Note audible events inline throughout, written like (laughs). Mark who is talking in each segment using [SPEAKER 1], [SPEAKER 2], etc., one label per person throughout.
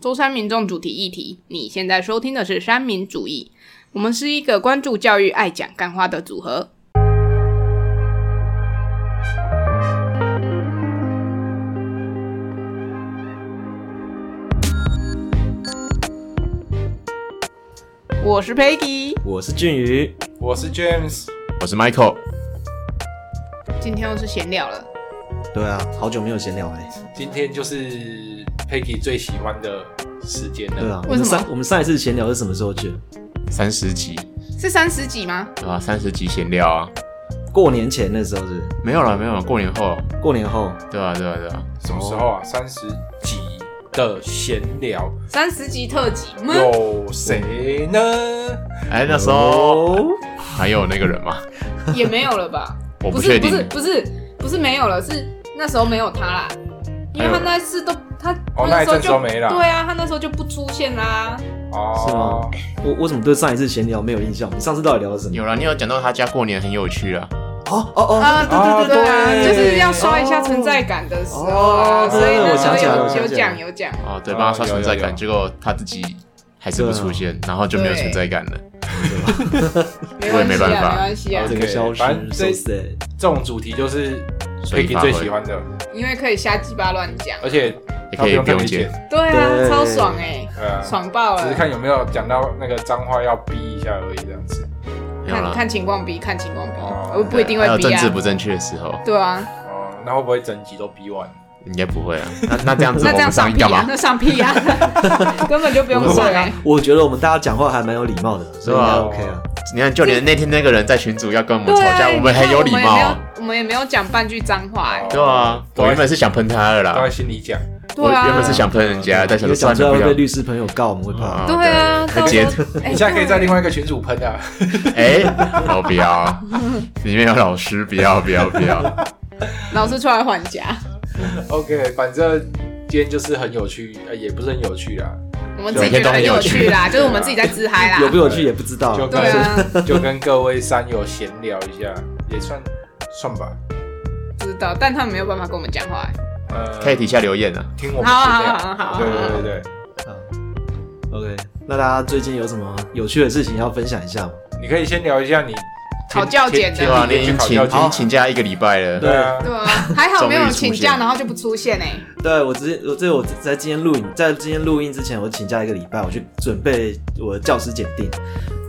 [SPEAKER 1] 周三民众主题议题。你现在收听的是三民主义，我们是一个关注教育、爱讲干话的组合。我是 Peggy，
[SPEAKER 2] 我是俊宇，
[SPEAKER 3] 我是 James，
[SPEAKER 4] 我是 Michael，
[SPEAKER 1] 今天又是闲聊了。
[SPEAKER 2] 对啊，好久没有闲聊哎、
[SPEAKER 3] 今天就是 Peggy 最喜欢的时间了。
[SPEAKER 2] 对啊，我
[SPEAKER 1] 为什么
[SPEAKER 2] 们上我们上一次闲聊是什么时候去？
[SPEAKER 4] 三十集
[SPEAKER 1] 是三十几吗？
[SPEAKER 4] 对吧、三十集闲聊啊，
[SPEAKER 2] 过年前那时候是不
[SPEAKER 4] 没有了，没有了，过年后，
[SPEAKER 2] 是过年后，
[SPEAKER 4] 对吧、对吧、对吧、
[SPEAKER 3] 什么时候
[SPEAKER 2] 哦
[SPEAKER 3] 啊？三十集的闲聊，
[SPEAKER 1] 三十集特辑吗？
[SPEAKER 3] 有谁呢？
[SPEAKER 4] 哎，那时候
[SPEAKER 2] 哦，
[SPEAKER 4] 还有那个人嘛，
[SPEAKER 1] 也没有了吧？
[SPEAKER 4] 我
[SPEAKER 1] 不
[SPEAKER 4] 不
[SPEAKER 1] 是
[SPEAKER 4] 确
[SPEAKER 1] 不
[SPEAKER 4] 定
[SPEAKER 1] 是不是不是没有了，是那时候没有他啦，因为他那次都他那
[SPEAKER 3] 哦那
[SPEAKER 1] 时
[SPEAKER 3] 一
[SPEAKER 1] 候
[SPEAKER 3] 阵子
[SPEAKER 1] 就
[SPEAKER 3] 都没了
[SPEAKER 1] 对啊，他那时候就不出现啦。
[SPEAKER 2] 是吗
[SPEAKER 3] 哦，
[SPEAKER 2] 我我怎么对上一次闲聊没有印象？你上次到底聊了什么？
[SPEAKER 4] 有了，你有讲到他家过年很有趣啊，
[SPEAKER 2] 哦哦哦，
[SPEAKER 1] 啊，对对对对啊，
[SPEAKER 3] 对
[SPEAKER 1] 就是要刷一下存在感的时候啊，
[SPEAKER 2] 哦
[SPEAKER 1] 所以那
[SPEAKER 3] 我
[SPEAKER 1] 时
[SPEAKER 3] 想起来
[SPEAKER 1] 候
[SPEAKER 3] 我
[SPEAKER 1] 有
[SPEAKER 2] 想
[SPEAKER 1] 有
[SPEAKER 2] 起来
[SPEAKER 1] 讲有讲，
[SPEAKER 4] 哦，对，
[SPEAKER 3] 哦
[SPEAKER 4] 帮他刷存在
[SPEAKER 3] 有有
[SPEAKER 4] 感，
[SPEAKER 3] 有啊
[SPEAKER 4] 结果他自己还是不出现，然后就没有存在感了，
[SPEAKER 1] 没
[SPEAKER 4] 我也
[SPEAKER 1] 关
[SPEAKER 4] 没
[SPEAKER 1] 系啊，
[SPEAKER 4] 办
[SPEAKER 1] 没
[SPEAKER 4] 法
[SPEAKER 1] 关系啊
[SPEAKER 3] 好，
[SPEAKER 2] 整个消失
[SPEAKER 3] 反正
[SPEAKER 2] ，so
[SPEAKER 3] 这
[SPEAKER 2] sad。
[SPEAKER 3] 这种主题就是
[SPEAKER 4] 随意
[SPEAKER 3] Peggy
[SPEAKER 4] 发挥
[SPEAKER 3] 最喜欢的，
[SPEAKER 1] 因为可以瞎鸡巴乱讲，
[SPEAKER 3] 而且
[SPEAKER 4] 也可以
[SPEAKER 3] 她
[SPEAKER 4] 不用
[SPEAKER 3] 特别
[SPEAKER 4] 剪，，
[SPEAKER 1] 对啊，
[SPEAKER 2] 对
[SPEAKER 1] 超爽哎，
[SPEAKER 3] 对啊，
[SPEAKER 1] 爽爆
[SPEAKER 3] 只是
[SPEAKER 1] 了。
[SPEAKER 3] 看有没有讲到那个脏话要逼一下而已，这样子。
[SPEAKER 4] 没有
[SPEAKER 1] 看
[SPEAKER 4] 了，
[SPEAKER 1] 看情况比，看情况比，
[SPEAKER 3] 哦
[SPEAKER 1] 我不一定
[SPEAKER 4] 还
[SPEAKER 1] 会
[SPEAKER 4] 有
[SPEAKER 1] 比
[SPEAKER 4] 政治
[SPEAKER 1] 啊
[SPEAKER 4] 不。正确的时候，
[SPEAKER 1] 对啊，
[SPEAKER 3] 哦，那会不会整集都逼完？
[SPEAKER 4] 应该不会啊，那那这样子
[SPEAKER 1] (laughs) 那
[SPEAKER 4] 我
[SPEAKER 1] 这样
[SPEAKER 4] 们上
[SPEAKER 1] 上
[SPEAKER 4] 映
[SPEAKER 1] 屁
[SPEAKER 4] 干
[SPEAKER 1] 啊，
[SPEAKER 4] 嘛？
[SPEAKER 1] 那上屁啊， (laughs) 根本就不用
[SPEAKER 3] 不
[SPEAKER 1] 上
[SPEAKER 3] 会啊
[SPEAKER 1] 哎。
[SPEAKER 2] 我觉得我们大家讲话还蛮有礼貌的，所以应该 OK 啊。
[SPEAKER 4] 你看，
[SPEAKER 1] (laughs)
[SPEAKER 4] 就连那天那个人在群组要跟我们
[SPEAKER 1] 对
[SPEAKER 4] 嗯吵
[SPEAKER 1] 啊，
[SPEAKER 4] 架，我们很有礼貌啊，
[SPEAKER 1] 我们也没有，我们也没有讲半句脏话、欸。
[SPEAKER 3] 哦
[SPEAKER 4] 对啊，我原本是想喷他的
[SPEAKER 3] 都在
[SPEAKER 4] 啦，
[SPEAKER 3] 心里讲，
[SPEAKER 4] 我
[SPEAKER 1] 对啊，
[SPEAKER 4] 原本是想喷人家，但想
[SPEAKER 2] 因
[SPEAKER 4] 说
[SPEAKER 2] 为
[SPEAKER 3] 啊
[SPEAKER 4] 算
[SPEAKER 2] 讲出来
[SPEAKER 4] 了，
[SPEAKER 2] 会
[SPEAKER 4] 不要
[SPEAKER 2] 被。律师朋友告，我们会怕。
[SPEAKER 1] 对啊，
[SPEAKER 4] 很
[SPEAKER 1] 到时
[SPEAKER 4] 简
[SPEAKER 1] 候
[SPEAKER 4] (laughs)
[SPEAKER 1] 哎
[SPEAKER 3] 你现在可以在另外一个群组喷啊。
[SPEAKER 4] 哎，我不要，里面有老师，不要不要不要。
[SPEAKER 1] 老师出来还家，
[SPEAKER 3] OK，反正今天就是很有趣，呃，也不是很有趣
[SPEAKER 4] (laughs)
[SPEAKER 3] 啦，
[SPEAKER 1] 我们自己觉得很有趣啦，就是我们自己在自嗨啦
[SPEAKER 3] (laughs)
[SPEAKER 2] 有。不有趣也不知道。
[SPEAKER 3] 就
[SPEAKER 1] 对啊，
[SPEAKER 3] 就跟各位山友闲聊一下，也算算吧。
[SPEAKER 1] 知道，但他们没有办法跟我们讲话、欸。
[SPEAKER 3] 呃，
[SPEAKER 4] 可以底下留言啊。
[SPEAKER 3] 听我们
[SPEAKER 1] 好啊好
[SPEAKER 3] 闲
[SPEAKER 1] 啊
[SPEAKER 3] 聊。
[SPEAKER 1] 好啊好啊
[SPEAKER 3] 对对对
[SPEAKER 2] 嗯 OK，那大家最近有什么有趣的事情要分享一下吗？
[SPEAKER 3] 对，你可以先聊一下你
[SPEAKER 1] 考教检的
[SPEAKER 3] 前
[SPEAKER 4] 对啊，
[SPEAKER 3] 前
[SPEAKER 4] 你
[SPEAKER 3] 几
[SPEAKER 4] 已
[SPEAKER 3] 天
[SPEAKER 4] 经
[SPEAKER 3] 去
[SPEAKER 4] 请
[SPEAKER 3] 考
[SPEAKER 4] 已经
[SPEAKER 3] 教检
[SPEAKER 4] 请假一个礼拜了，
[SPEAKER 3] 对啊，
[SPEAKER 1] 对啊，还好没有请
[SPEAKER 4] 终于出
[SPEAKER 1] 假，
[SPEAKER 4] 现
[SPEAKER 1] 然后就不出现哎、
[SPEAKER 2] 对我之前，我这我在今天录影，在今天录音之前，我请假一个礼拜，我去准备我的教师检定。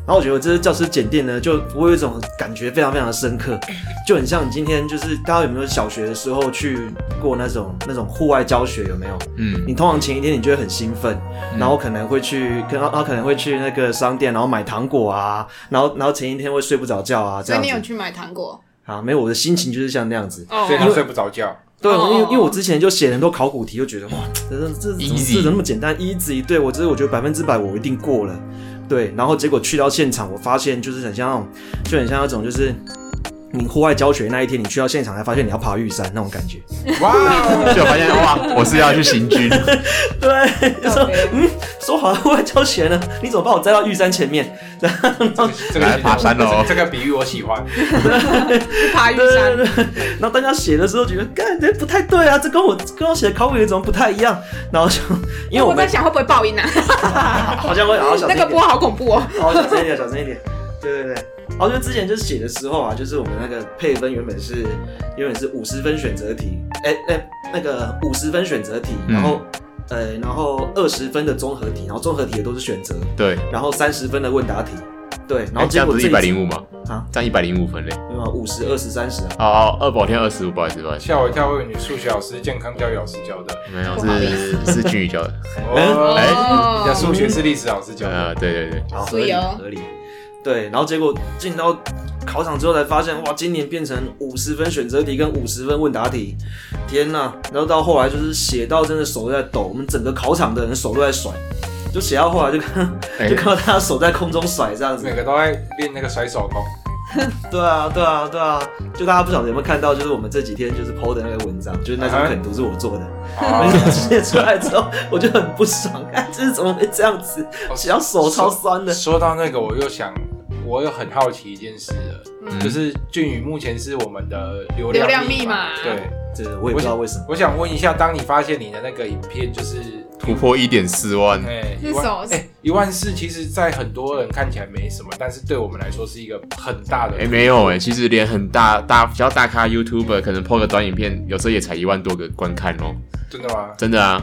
[SPEAKER 2] 然后我觉得这次教师检定呢，就我有一种感觉非常非常的深
[SPEAKER 1] (laughs)
[SPEAKER 2] 刻，就很像你今天就是大家有没有小学的时候去过那种那种户外教学有没有？
[SPEAKER 4] 嗯，
[SPEAKER 2] 你通常前一天你就会很兴奋，
[SPEAKER 1] 嗯
[SPEAKER 2] 然后可能会去，可能然后可能会去那个商店，然后买糖果啊，然后然后前一天会睡不着觉啊，这
[SPEAKER 1] 所以
[SPEAKER 2] 样
[SPEAKER 1] 你有
[SPEAKER 2] 子。
[SPEAKER 1] 去买糖果
[SPEAKER 2] 啊，没有，我的心情就是像那样子。
[SPEAKER 1] 哦
[SPEAKER 3] 所以他睡不着
[SPEAKER 4] (laughs)
[SPEAKER 3] 觉。
[SPEAKER 2] 对，
[SPEAKER 1] 哦
[SPEAKER 2] 因为因为我之前就写了很多考古题，就觉得哇，这这这怎么这
[SPEAKER 4] Easy
[SPEAKER 2] 怎么那么简单？easy，对我这我觉得百分之百我一定过了。对，然后结果去到现场，我发现就是很像那种，就很像那种就是你户外教学那一天，你去到现场才发现你要爬玉山那种感觉。
[SPEAKER 3] 哇哦，
[SPEAKER 4] 就发现哇，我是要去行军，
[SPEAKER 2] 对，
[SPEAKER 4] 哦
[SPEAKER 2] 就
[SPEAKER 1] 靠
[SPEAKER 2] 说
[SPEAKER 1] 北
[SPEAKER 2] 嗯，说好的户外教学呢，你怎么把我载到玉山前面？
[SPEAKER 3] 这个这个
[SPEAKER 4] 来爬山咯
[SPEAKER 3] 这个比喻我喜欢。
[SPEAKER 1] 去爬玉
[SPEAKER 2] 对对
[SPEAKER 1] 山，
[SPEAKER 2] 对对，然后大家写的时候觉得，干这不太对啊，这跟我跟我写的考古题怎么不太一样？然后就因为我
[SPEAKER 1] 我在
[SPEAKER 2] 们
[SPEAKER 1] 想会不会爆音啊？
[SPEAKER 2] 好像会好像
[SPEAKER 1] 那个波好恐怖哦。
[SPEAKER 2] 哦，小声一点，小声一点。对对对。然后就之前就是写的时候啊，就是我们那个配分原本是原本是五十分选择题，哎哎那个五十分选择题，
[SPEAKER 4] 嗯
[SPEAKER 2] 然后、呃然后二十分的综合题，然后综合题也都是选择，
[SPEAKER 4] 对，
[SPEAKER 2] 然后三十分的问答题，对，然后
[SPEAKER 4] 哎这
[SPEAKER 2] 结
[SPEAKER 4] 样
[SPEAKER 2] 果
[SPEAKER 4] 不是一百零五吗？
[SPEAKER 2] 啊，
[SPEAKER 4] 占一百零五分嘞。
[SPEAKER 2] 没有啊五十二十三十啊，
[SPEAKER 4] 哦哦，二保天二十五，不好意思，不好意思，
[SPEAKER 3] 吓我一跳，我以为你数学老师、健康教育老师教的。
[SPEAKER 4] 没
[SPEAKER 1] 不好意
[SPEAKER 4] 有，是是俊宇教的。
[SPEAKER 3] 哦，
[SPEAKER 4] 哎
[SPEAKER 3] 你的
[SPEAKER 1] 哦，
[SPEAKER 3] 数学是历史老师教
[SPEAKER 4] 呃，
[SPEAKER 3] 的。
[SPEAKER 4] 对对对，
[SPEAKER 2] 好合
[SPEAKER 1] 所以
[SPEAKER 2] 理
[SPEAKER 1] 哦
[SPEAKER 2] 合理。对，然后结果进到考场之后才发现，哇，今年变成五十分选择题跟五十分问答题，天呐！然后到后来就是写到真的手都在抖，我们整个考场的人手都在甩，就写到后来就看、
[SPEAKER 4] 哎
[SPEAKER 2] (laughs) 就看到大家手在空中甩这样子
[SPEAKER 3] 每。个都在练那个甩手
[SPEAKER 1] (laughs)
[SPEAKER 3] 功，
[SPEAKER 2] 对啊，对啊，对啊，就大家不晓得有没有看到，就是我们这几天就是 PO 的那个文章，就是那张
[SPEAKER 3] 啊
[SPEAKER 2] 梗图是我做的，
[SPEAKER 3] 啊
[SPEAKER 2] 我就写出来之后我就很不爽， (laughs) 哎，这是怎么会这样子？写到手超酸的。
[SPEAKER 3] 说到那个，我又想，我又很好奇一件事了，
[SPEAKER 1] 嗯
[SPEAKER 3] 就是俊宇目前是我们的流
[SPEAKER 1] 流量
[SPEAKER 3] 密
[SPEAKER 1] 密码
[SPEAKER 3] 对，
[SPEAKER 2] 这个我也不知道为什么。
[SPEAKER 3] 我想问一下，当你发现你的那个影片就是
[SPEAKER 4] 突破一点四万，
[SPEAKER 2] 嗯
[SPEAKER 3] 哎，
[SPEAKER 1] 是
[SPEAKER 3] 一万
[SPEAKER 1] 什么
[SPEAKER 3] 哎，一万四，其实，在很多人看起来没什么，但是对我们来说是一个很大的
[SPEAKER 4] 哎、。没有哎、其实连很大大比较大咖 YouTuber 可能 PO 个短影片，有时候也才一万多个观看哦，
[SPEAKER 3] 真的吗？
[SPEAKER 4] 真的啊。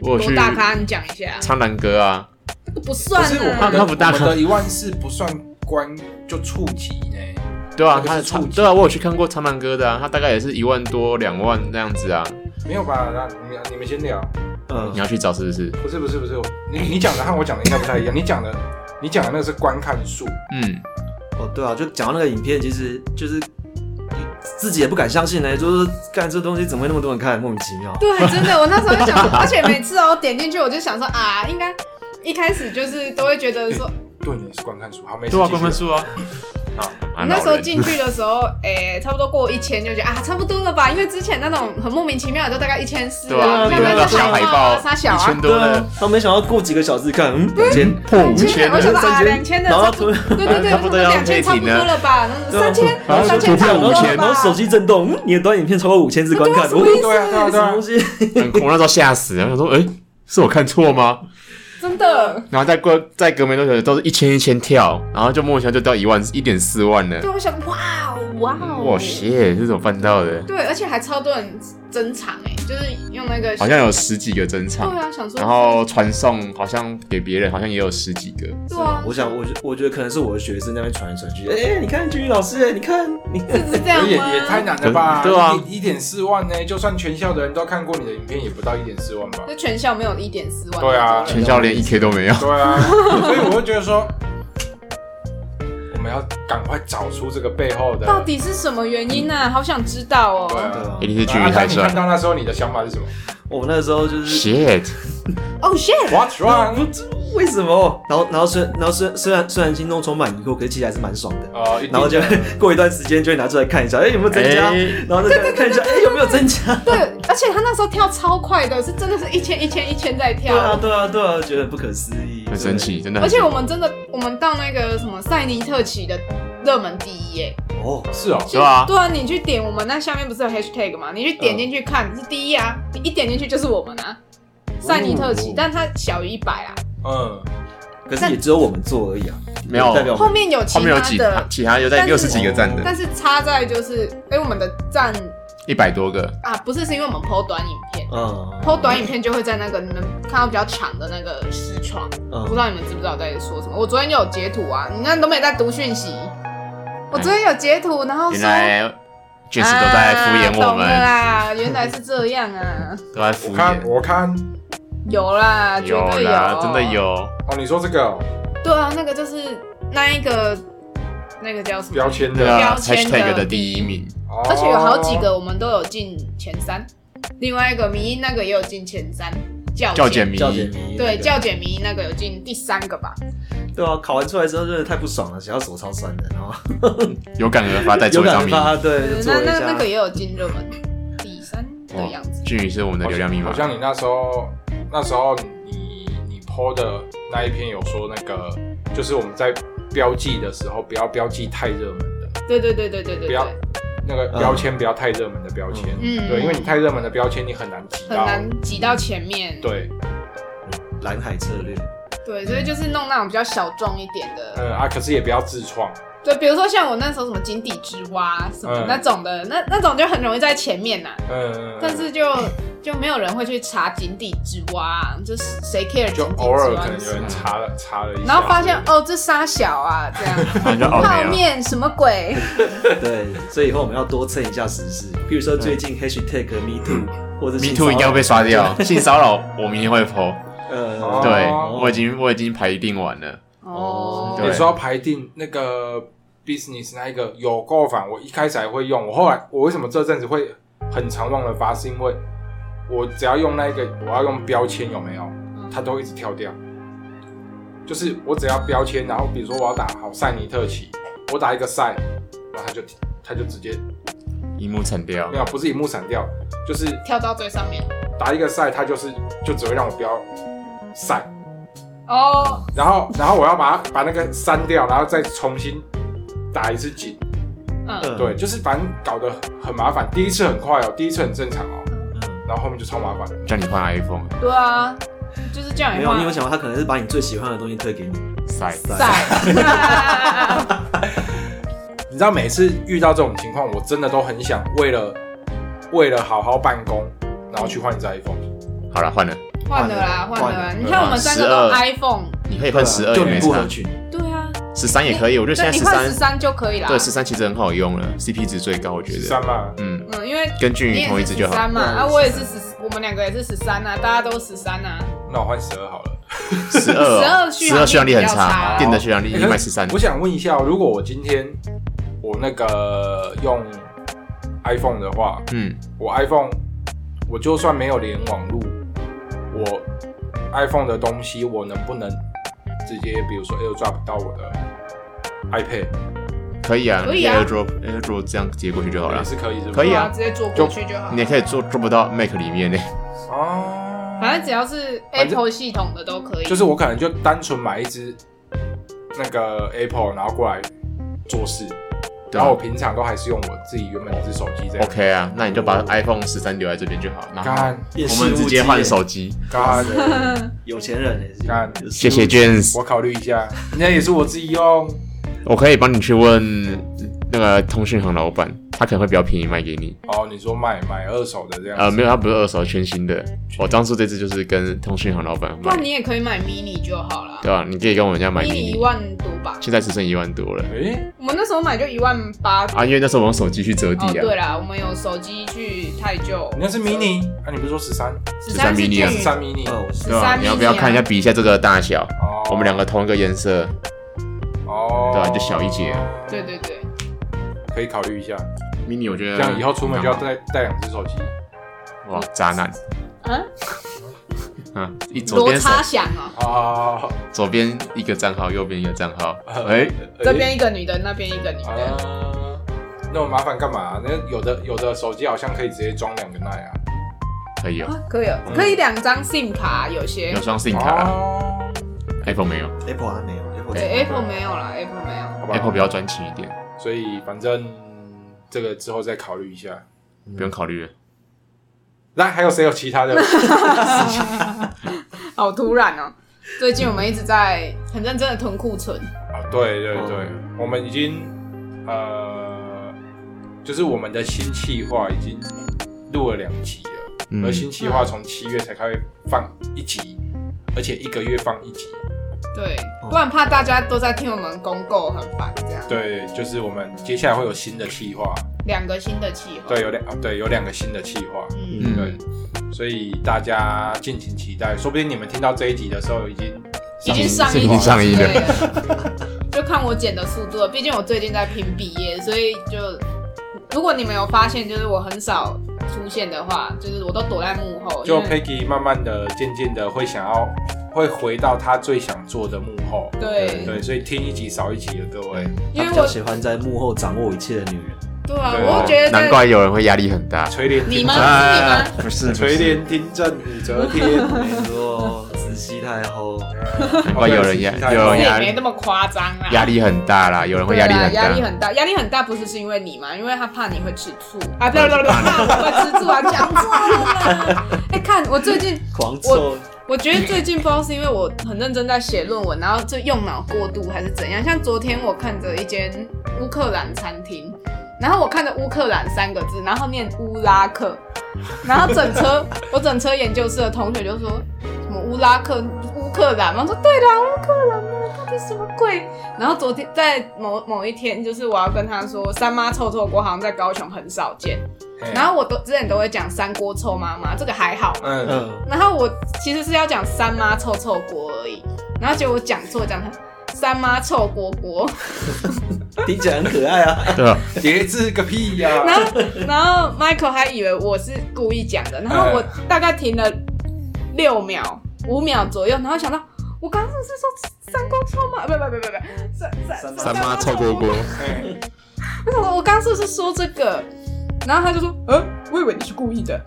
[SPEAKER 4] 我有
[SPEAKER 1] 多
[SPEAKER 4] 去
[SPEAKER 1] 大咖？你讲一下，
[SPEAKER 4] 苍兰哥啊，
[SPEAKER 1] 这个不
[SPEAKER 3] 不
[SPEAKER 1] 算
[SPEAKER 3] 是我们
[SPEAKER 4] 他
[SPEAKER 1] 啊。
[SPEAKER 3] 的，
[SPEAKER 4] 他不大
[SPEAKER 3] 我
[SPEAKER 4] 看
[SPEAKER 3] 们的一万四不算关就触及呢。
[SPEAKER 4] 对啊，
[SPEAKER 3] 那个是
[SPEAKER 4] 他的
[SPEAKER 3] 触
[SPEAKER 4] 苍
[SPEAKER 3] 及
[SPEAKER 4] 对啊，我有去看过苍兰哥的啊，他大概也是一万多两万那样子啊。
[SPEAKER 3] 没有吧？那你们你们先聊。
[SPEAKER 2] 嗯
[SPEAKER 4] 你，要去找是不是？
[SPEAKER 3] 不是不是不是，我你你讲的和我讲的应该不太一样。你讲的你讲的那个是观看数，
[SPEAKER 4] 嗯，
[SPEAKER 2] 哦，对啊，就讲到那个影片，其实就是自己也不敢相信呢、就是干这东西怎么会那么多人看，莫名其妙。
[SPEAKER 1] 对，真的，我那时候就想，而且每次我点进去，我就想说啊，应该一开始就是都会觉得说，
[SPEAKER 3] 对，你是观看数。好，
[SPEAKER 1] 哎
[SPEAKER 3] 没事。
[SPEAKER 4] 对啊，
[SPEAKER 3] 继续
[SPEAKER 4] 观看。数啊。
[SPEAKER 3] 好，
[SPEAKER 4] 啊
[SPEAKER 1] 我那时候
[SPEAKER 4] 老人
[SPEAKER 1] 进去的时候，哎、差不多过一千就觉得啊，差不多了吧，因为之前那种很莫名其妙的，就大概一千四
[SPEAKER 4] 对啊，
[SPEAKER 1] 要
[SPEAKER 4] 你
[SPEAKER 1] 不
[SPEAKER 4] 看
[SPEAKER 1] 然
[SPEAKER 4] 到
[SPEAKER 1] 就
[SPEAKER 4] 上海
[SPEAKER 1] 报
[SPEAKER 4] 报
[SPEAKER 1] 啊，沙小
[SPEAKER 4] 一
[SPEAKER 1] 啊
[SPEAKER 4] 千。多
[SPEAKER 2] 啊
[SPEAKER 4] 的，，
[SPEAKER 2] 他没想到过几个小时看，嗯，两千
[SPEAKER 4] 破五
[SPEAKER 1] 千
[SPEAKER 4] 千
[SPEAKER 1] 我想
[SPEAKER 4] 的，
[SPEAKER 1] 说啊，
[SPEAKER 2] 三千
[SPEAKER 1] 两千的
[SPEAKER 2] 然后
[SPEAKER 1] 差
[SPEAKER 2] 他
[SPEAKER 1] 不多，对对对，
[SPEAKER 4] (laughs) 差不多要
[SPEAKER 1] 两千差不多了吧，
[SPEAKER 2] 对啊
[SPEAKER 1] 三千
[SPEAKER 2] 然后
[SPEAKER 1] 三千差不多
[SPEAKER 2] 然后
[SPEAKER 1] 了
[SPEAKER 2] 然后
[SPEAKER 1] 吧，
[SPEAKER 2] 手机震动，嗯，你的短影片超过五千次观看，
[SPEAKER 1] 对啊
[SPEAKER 2] 我
[SPEAKER 1] 什么意思
[SPEAKER 3] 对啊对啊
[SPEAKER 2] 什
[SPEAKER 3] 对
[SPEAKER 2] 么
[SPEAKER 3] 啊
[SPEAKER 2] 东，西？
[SPEAKER 4] 很恐我那时候吓死，然后想说，哎、是我看错吗？
[SPEAKER 1] 真的。
[SPEAKER 4] 然后再过再隔没多久，都是一千一千跳，然后就莫名其妙就到一万一点四万了
[SPEAKER 1] 对，。我想哇哦哇哦，
[SPEAKER 4] 哇塞，这怎么办到的？
[SPEAKER 1] 对，而且还超多人珍藏哎、就是用那个
[SPEAKER 4] 好像有十几个珍
[SPEAKER 1] 对
[SPEAKER 4] 藏，
[SPEAKER 1] 啊，想说
[SPEAKER 4] 然后传送好像给别人，好像也有十几个。
[SPEAKER 1] 对啊，
[SPEAKER 2] 我想，我觉我觉得可能是我的学生在那边传来传去，哎、你看君宇老师，哎你看你
[SPEAKER 1] 是不是这
[SPEAKER 3] 可
[SPEAKER 1] 样啊
[SPEAKER 3] 是
[SPEAKER 1] 吗？
[SPEAKER 3] 也也太难了吧？
[SPEAKER 4] 对啊
[SPEAKER 3] 一点四万呢，就算全校的人都看过你的影片，也不到一点四万吧？
[SPEAKER 1] 就全校没有一点四万，
[SPEAKER 3] 对啊
[SPEAKER 4] 全校连一 K 都没有， (laughs)
[SPEAKER 3] 对啊，所以我就觉得说，我们要赶快找出这个背后的。
[SPEAKER 1] 到底是什么原因啊？好想知道
[SPEAKER 3] 啊对
[SPEAKER 1] 哦。
[SPEAKER 3] 啊。
[SPEAKER 4] 一
[SPEAKER 2] 对啊
[SPEAKER 4] 定是
[SPEAKER 3] 啊
[SPEAKER 4] 军
[SPEAKER 3] 啊
[SPEAKER 4] 医
[SPEAKER 3] 当
[SPEAKER 4] 太
[SPEAKER 3] 你
[SPEAKER 4] 帅
[SPEAKER 3] 看。到那时候，你的想法是什么
[SPEAKER 2] 我那时候就是。
[SPEAKER 4] Shit，
[SPEAKER 1] 哦 shit，
[SPEAKER 3] ？What's
[SPEAKER 2] 啊
[SPEAKER 4] (laughs)
[SPEAKER 3] wrong？
[SPEAKER 2] 为什么？然后，然后虽然，然后虽虽然虽然心中充满疑惑，可是其实还是蛮爽的。
[SPEAKER 3] 呃，一定
[SPEAKER 2] 然后就
[SPEAKER 3] 的
[SPEAKER 2] 过一段时间就会拿出来看一下，哎、有没有增加？
[SPEAKER 4] 啊哎
[SPEAKER 2] 然后再看看一下，哎、有没有增加？
[SPEAKER 1] 对，而且他那时候跳超快的，是真的是一千一千一千在跳。
[SPEAKER 2] 对啊，对啊，对啊，觉得很不可思议，
[SPEAKER 4] 很神奇，真的
[SPEAKER 1] 而
[SPEAKER 4] 很神
[SPEAKER 1] 且
[SPEAKER 4] 奇。
[SPEAKER 1] 我们真的，我们到那个什么塞尼特奇的热门第一耶、
[SPEAKER 2] 对哦。
[SPEAKER 3] 是哦，
[SPEAKER 4] 对啊
[SPEAKER 1] 对啊，你去点我们那下面不是有 hashtag 吗？你去点进去看、是第一啊，你一点进去就是我们啊，塞尼特奇，
[SPEAKER 2] 哦
[SPEAKER 1] 但它小于一百啊。
[SPEAKER 3] 嗯，
[SPEAKER 2] 可是也只有我们做而已啊，
[SPEAKER 4] 没有
[SPEAKER 2] 代表我
[SPEAKER 1] 后
[SPEAKER 2] 们
[SPEAKER 1] 面有其
[SPEAKER 4] 后面有
[SPEAKER 1] 他
[SPEAKER 4] 几
[SPEAKER 1] 的，
[SPEAKER 4] 其他有在
[SPEAKER 1] 但是
[SPEAKER 4] 六十几个站的，
[SPEAKER 1] 但是差在就是，哎、我们的赞
[SPEAKER 4] 一百多个。
[SPEAKER 1] 啊，不是是因为我们 PO 短影片
[SPEAKER 2] 嗯
[SPEAKER 1] ，PO 短影片就会在那个你们看到比较长的那个视窗，不知
[SPEAKER 2] 嗯，
[SPEAKER 1] 道你们知不知道我在说什么？我昨天就有截图啊，你那都没在读讯息。我昨天有截图，然后说
[SPEAKER 4] 原来确实都在敷衍我
[SPEAKER 1] 啊懂了
[SPEAKER 4] 们，
[SPEAKER 1] 啦，原来是这样
[SPEAKER 4] (laughs)
[SPEAKER 1] 啊，
[SPEAKER 4] 都在
[SPEAKER 3] 我
[SPEAKER 4] 敷
[SPEAKER 3] 看
[SPEAKER 4] 衍。
[SPEAKER 3] 我看
[SPEAKER 1] 有啦，绝对
[SPEAKER 4] 啦，真的。有。
[SPEAKER 3] 哦，你说这个哦
[SPEAKER 1] 对啊，那个就是那一个那个叫什么
[SPEAKER 3] 标？签
[SPEAKER 4] 对
[SPEAKER 3] 的，
[SPEAKER 4] 啊
[SPEAKER 1] 标签的
[SPEAKER 4] ，#hashtag 的第一名，
[SPEAKER 3] 哦
[SPEAKER 1] 而且有好几个我们都有进前三，另外一个迷音那个也有进前三，教
[SPEAKER 4] 教简迷
[SPEAKER 2] 教姐迷
[SPEAKER 1] 对
[SPEAKER 2] 教
[SPEAKER 1] 教检迷音那个有进第三个吧？
[SPEAKER 2] 对啊，考完出来之后真的太不爽了，想要手超酸的，然后
[SPEAKER 4] 有感而发再
[SPEAKER 2] 有
[SPEAKER 4] 做一张
[SPEAKER 2] 感
[SPEAKER 4] 名。
[SPEAKER 2] 发，对，就做
[SPEAKER 1] 嗯那
[SPEAKER 2] 了一
[SPEAKER 1] 那那个
[SPEAKER 2] 下。
[SPEAKER 1] 也有进热门第三的样
[SPEAKER 3] 哦
[SPEAKER 1] 子。
[SPEAKER 4] 俊宇是我们的流量密
[SPEAKER 3] 好。
[SPEAKER 4] 码
[SPEAKER 3] 像你那时候，那时候你你 PO 的那一篇有说那个，就是我们在标记的时候，不要标记太热门的，
[SPEAKER 1] 对对对对对对
[SPEAKER 3] 不要
[SPEAKER 1] 对，
[SPEAKER 3] 那个
[SPEAKER 2] 嗯
[SPEAKER 3] 标签不要太热门的标签。
[SPEAKER 1] 嗯，
[SPEAKER 3] 对，因为你太热门的标签，你很难提
[SPEAKER 1] 很
[SPEAKER 3] 到。
[SPEAKER 1] 难挤到前面。
[SPEAKER 3] 对，
[SPEAKER 2] 蓝海策略，
[SPEAKER 1] 对，所以就是弄那种比较小众一点的。
[SPEAKER 3] 呃啊，可是也不要自创。
[SPEAKER 1] 对，比如说像我那时候什么井底之蛙什么
[SPEAKER 3] 嗯
[SPEAKER 1] 那种的，那那种就很容易在前面呐、
[SPEAKER 3] 嗯，
[SPEAKER 1] 但是就就没有人会去查井底之蛙、啊，就是谁 care
[SPEAKER 3] 就
[SPEAKER 1] 井底
[SPEAKER 3] 偶
[SPEAKER 1] 之
[SPEAKER 3] 尔
[SPEAKER 1] 蛙
[SPEAKER 3] 可能
[SPEAKER 1] 是
[SPEAKER 3] 有
[SPEAKER 1] 什
[SPEAKER 3] 人
[SPEAKER 1] 么？
[SPEAKER 3] 查了查了一下，
[SPEAKER 1] 然后发现哦，这沙小啊，这
[SPEAKER 3] (laughs)
[SPEAKER 1] 样
[SPEAKER 4] 然后
[SPEAKER 3] 哦
[SPEAKER 4] 就
[SPEAKER 1] 泡
[SPEAKER 4] OK 了。
[SPEAKER 1] 面什么鬼？
[SPEAKER 2] 对，所以以后我们要多蹭一下时事，比如说最近 hashtag me too，或者
[SPEAKER 4] Me
[SPEAKER 2] 性
[SPEAKER 4] too 一定要被刷掉，性骚扰我明天会 po。
[SPEAKER 2] 骚扰，呃，
[SPEAKER 3] 哦
[SPEAKER 4] 对，我已经我已经排定完了。
[SPEAKER 1] 哦，
[SPEAKER 3] 有
[SPEAKER 4] 对
[SPEAKER 3] 时候排定那个 business 那一个有够烦，我一开始还会用，我后来我为什么这阵子会很常忘了发，是因为我只要用那一个，我要用标签有没有，它都会一直跳掉。就是我只要标签，然后比如说我要打好塞尼特奇，我打一个塞，然后它就它就直接
[SPEAKER 4] 荧幕沉掉
[SPEAKER 3] 没，有，不是荧幕闪掉，就是
[SPEAKER 1] 跳到最上面
[SPEAKER 3] 打一个塞，它就是就只会让我标塞，
[SPEAKER 1] 哦，
[SPEAKER 3] 然后然后我要把它把那个删掉，然后再重新打一次紧。
[SPEAKER 1] 嗯，
[SPEAKER 2] 嗯
[SPEAKER 3] 对，就是反正搞得很麻烦。第一次很快哦，第一次很正常哦，
[SPEAKER 2] 嗯
[SPEAKER 3] 然后后面就超麻烦。
[SPEAKER 4] 叫你换 iPhone，
[SPEAKER 1] 对啊，就是这样
[SPEAKER 2] 没
[SPEAKER 1] 也
[SPEAKER 2] 有，
[SPEAKER 1] 换
[SPEAKER 2] 你有想过他可能是把你最喜欢的东西推给你？
[SPEAKER 4] 塞
[SPEAKER 2] 塞
[SPEAKER 1] 晒。
[SPEAKER 4] (laughs)
[SPEAKER 3] 你知道每次遇到这种情况，我真的都很想为了为了好好办公，然后去换一只 iPhone。
[SPEAKER 4] 好了，换了。
[SPEAKER 1] 换了啦，换
[SPEAKER 2] 换了
[SPEAKER 1] 了啦！你
[SPEAKER 3] 对
[SPEAKER 1] 看
[SPEAKER 3] 啊
[SPEAKER 1] 我们三个都
[SPEAKER 4] 12
[SPEAKER 1] iPhone，
[SPEAKER 4] 你可以换十二，
[SPEAKER 2] 啊就
[SPEAKER 4] 也没
[SPEAKER 2] 你不合
[SPEAKER 4] 差。
[SPEAKER 2] 群。
[SPEAKER 1] 对啊，
[SPEAKER 4] 十三也可以，我觉得现在
[SPEAKER 1] 对，你
[SPEAKER 4] 十
[SPEAKER 1] 换十
[SPEAKER 4] 三，
[SPEAKER 1] 三就可以啦。
[SPEAKER 4] 对，十三其实很好用了，CP 值最高，我觉
[SPEAKER 3] 十
[SPEAKER 4] 得。
[SPEAKER 3] 三嘛，
[SPEAKER 4] 嗯，
[SPEAKER 1] 嗯，因为
[SPEAKER 4] 跟俊
[SPEAKER 1] 你
[SPEAKER 4] 宇同
[SPEAKER 1] 也
[SPEAKER 4] 一
[SPEAKER 1] 是十
[SPEAKER 4] 只就好。
[SPEAKER 1] 三嘛，
[SPEAKER 2] 对
[SPEAKER 1] 啊，我也是十，我们两个也是十三啊，大家都十三啊。
[SPEAKER 3] 那我换十二好了。
[SPEAKER 4] 十二，哦
[SPEAKER 1] 12
[SPEAKER 4] 十二续航力
[SPEAKER 1] 续航力比
[SPEAKER 4] 很
[SPEAKER 1] 较
[SPEAKER 4] 差，
[SPEAKER 1] 差
[SPEAKER 4] 电的续航力
[SPEAKER 3] 欸
[SPEAKER 4] 你
[SPEAKER 3] 可
[SPEAKER 4] 买
[SPEAKER 3] 是
[SPEAKER 4] 十三
[SPEAKER 3] 我，想问一下哦，如果我今天我那个用 iPhone 的话，
[SPEAKER 4] 嗯，
[SPEAKER 3] 我 iPhone 我就算没有连网路，我 iPhone 的东西我能不能直接比如说 AirDrop 到我的 iPad
[SPEAKER 4] 可以啊，
[SPEAKER 1] 可以啊
[SPEAKER 4] AirDrop AirDrop 这样接过去就好了
[SPEAKER 3] 也。是可以是不是，
[SPEAKER 4] 可以啊
[SPEAKER 1] 对直接坐过去就好
[SPEAKER 4] 你也。可以做做不到 Mac 里面呢，
[SPEAKER 3] 哦。
[SPEAKER 1] 反正只要是
[SPEAKER 3] 反正
[SPEAKER 1] Apple 系统的都可以。
[SPEAKER 3] 就是我可能就单纯买一只那个 Apple，然后过来做事，
[SPEAKER 4] 对
[SPEAKER 3] 然
[SPEAKER 4] 啊
[SPEAKER 3] 后我平常都还是用我自己原本那只手机这样。
[SPEAKER 4] OK 啊，那你就把 iPhone 十三留在这边就好，然后
[SPEAKER 3] 干
[SPEAKER 4] 我们直接换手机。
[SPEAKER 3] 干，
[SPEAKER 2] 有钱人也是
[SPEAKER 3] 干
[SPEAKER 2] 有事物
[SPEAKER 4] 谢谢 James，
[SPEAKER 3] 我考虑一下，那也是我自己用。
[SPEAKER 4] 我可以帮你去问那个通讯行老板，他可能会比较便宜卖给你。
[SPEAKER 3] 哦，你说买买二手的这样子？
[SPEAKER 4] 呃，没有，他不是二手，全新的。我当初这次就是跟通讯行老板
[SPEAKER 1] 不
[SPEAKER 4] 买
[SPEAKER 1] 然，你也可以买 mini 就好了
[SPEAKER 4] 对吧、你可以跟我们家买
[SPEAKER 1] ，mini 一
[SPEAKER 4] mini，
[SPEAKER 1] 万多吧。
[SPEAKER 4] 现在只剩一万多了
[SPEAKER 3] 诶、
[SPEAKER 1] 我们那时候买就一万八。
[SPEAKER 4] 啊，因为那时候我用手机去折
[SPEAKER 1] 哦，
[SPEAKER 4] 抵
[SPEAKER 1] 对
[SPEAKER 4] 啊，
[SPEAKER 1] 啦，我们有手机去太旧。
[SPEAKER 3] 你那是 mini 啊？你不是说十三？
[SPEAKER 1] 十三是
[SPEAKER 4] mini 啊
[SPEAKER 1] 俊
[SPEAKER 3] 十
[SPEAKER 1] 宇
[SPEAKER 3] 三 mini
[SPEAKER 2] 哦，我是
[SPEAKER 4] 对吧、
[SPEAKER 1] 13
[SPEAKER 4] 你要不要
[SPEAKER 1] mini 啊
[SPEAKER 4] 看一下比一下这个大小？
[SPEAKER 3] 哦，
[SPEAKER 4] 我们两个同一个颜色，
[SPEAKER 3] 哦，
[SPEAKER 4] 对啊就小一截，
[SPEAKER 1] 对对对，
[SPEAKER 3] 可以考虑一下。
[SPEAKER 4] mini 我觉得
[SPEAKER 3] 这样以后出门就要带带两只手机。
[SPEAKER 4] 哇渣男，
[SPEAKER 1] 啊，
[SPEAKER 4] 啊，一左
[SPEAKER 1] 罗
[SPEAKER 4] 边手
[SPEAKER 1] 差想哦，
[SPEAKER 3] 好好好好，
[SPEAKER 4] 左边一个账号，右边一个账号，
[SPEAKER 3] 呃
[SPEAKER 4] 哎、
[SPEAKER 1] 这边一个女的，那边一个女
[SPEAKER 3] 啊
[SPEAKER 1] 的。，
[SPEAKER 3] 那么麻烦干嘛？那有的有的手机好像可以直接装两个 line 啊。
[SPEAKER 4] 可以哦，
[SPEAKER 1] 啊，可以哦，可以两张 SIM 卡，有些
[SPEAKER 4] 有双 SIM 卡啦
[SPEAKER 3] 哦
[SPEAKER 4] Apple 没有
[SPEAKER 2] Apple 还没有，Apple
[SPEAKER 1] 对 Apple 没有啦，Apple 没有。
[SPEAKER 3] 好吧
[SPEAKER 4] ，Apple 比较专情一点，
[SPEAKER 3] 所以反正这个之后再考虑一下。
[SPEAKER 4] 不用考虑了。
[SPEAKER 3] 那还有谁有其他的？
[SPEAKER 1] 好突然哦！最近我们一直在很认真的囤库存，
[SPEAKER 3] 啊，对对对，我们已经呃，就是我们的新企划已经录了两集了，
[SPEAKER 4] 嗯
[SPEAKER 3] 而新企划从七月才开始放一集，而且一个月放一集。
[SPEAKER 1] 对，不然怕大家都在听我们公购很烦这样。
[SPEAKER 3] 对，就是我们接下来会有新的企划，
[SPEAKER 1] 两个新的计划，
[SPEAKER 3] 对，有两啊，对，有两个新的企划，
[SPEAKER 1] 嗯，
[SPEAKER 4] 嗯，
[SPEAKER 3] 对，所以大家敬请期待，说不定你们听到这一集的时候已经
[SPEAKER 1] 已经上映
[SPEAKER 4] 已经
[SPEAKER 1] 了，
[SPEAKER 4] 上映了
[SPEAKER 1] 对了就看我剪的速度了，毕竟我最近在拼毕业，所以就如果你们有发现，就是我很少出现的话，就是我都躲在幕后，
[SPEAKER 3] 就
[SPEAKER 1] 哦因为
[SPEAKER 3] Peggy 慢慢的、渐渐的会想要，会回到他最想做的幕后。
[SPEAKER 1] 对
[SPEAKER 3] 对，所以听一集少一集了，各
[SPEAKER 4] 嗯
[SPEAKER 3] 位。
[SPEAKER 1] 因
[SPEAKER 2] 他
[SPEAKER 1] 为
[SPEAKER 2] 比较
[SPEAKER 1] 我
[SPEAKER 2] 喜欢在幕后掌握一切的女人。
[SPEAKER 1] 对啊，
[SPEAKER 3] 对
[SPEAKER 1] 我就觉得
[SPEAKER 4] 难怪有人会压力很大。
[SPEAKER 3] 垂帘
[SPEAKER 1] 你
[SPEAKER 3] 听
[SPEAKER 1] 吗？
[SPEAKER 3] 政，
[SPEAKER 1] 是你吗？
[SPEAKER 4] 不是，不
[SPEAKER 3] 垂
[SPEAKER 4] 是，
[SPEAKER 3] 帘听政，武则
[SPEAKER 4] (laughs)
[SPEAKER 3] 天。
[SPEAKER 2] 没错，慈禧太后。
[SPEAKER 4] 难怪有人压
[SPEAKER 3] 哦对
[SPEAKER 4] 有
[SPEAKER 1] 这
[SPEAKER 4] 人
[SPEAKER 1] 也
[SPEAKER 4] 压
[SPEAKER 1] 没那么夸张啦，
[SPEAKER 4] 压力很大啦，有人会
[SPEAKER 1] 对
[SPEAKER 4] 压力
[SPEAKER 1] 啊
[SPEAKER 4] 很
[SPEAKER 1] 压力
[SPEAKER 4] 大。
[SPEAKER 1] 很大，压力很大，不是是因为你嘛？因为他怕你会吃醋啊！不要不要不要，怕我会吃醋啊！讲错了啦。哎、看我最近，
[SPEAKER 2] 狂揍，
[SPEAKER 1] 我觉得最近不知道是因为我很认真在写论文，然后就用脑过度还是怎样。像昨天我看着一间乌克兰餐厅，然后我看着乌克兰三个字，然后念乌拉克，然后整车我整车研究室的同学就说什么乌拉克乌克兰嘛，我说对啦，乌克兰嘛，到底什么鬼？然后昨天在某某一天，就是我要跟他说三妈臭臭锅好像在高雄很少见，然后我都之前都会讲三锅臭妈妈，这个还好。
[SPEAKER 3] 嗯，
[SPEAKER 2] 嗯，
[SPEAKER 1] 然后我其实是要讲三妈臭臭锅而已，然后结果我讲错，讲成三妈臭锅锅，
[SPEAKER 2] 听起来很可爱啊。
[SPEAKER 4] 对啊，
[SPEAKER 3] 叠字个屁呀！
[SPEAKER 1] (laughs) 然后然后 Michael 还以为我是故意讲的，然后我大概停了六秒五秒左右，然后想到我刚刚是不是说三锅臭妈？不不不不不，三
[SPEAKER 2] 三
[SPEAKER 1] 三
[SPEAKER 2] 妈
[SPEAKER 4] 三妈臭锅锅，
[SPEAKER 3] 嘿
[SPEAKER 1] 我想说我刚刚是不是说这个？然后他就说，呃，我以为你是故意
[SPEAKER 4] (laughs)
[SPEAKER 1] 的，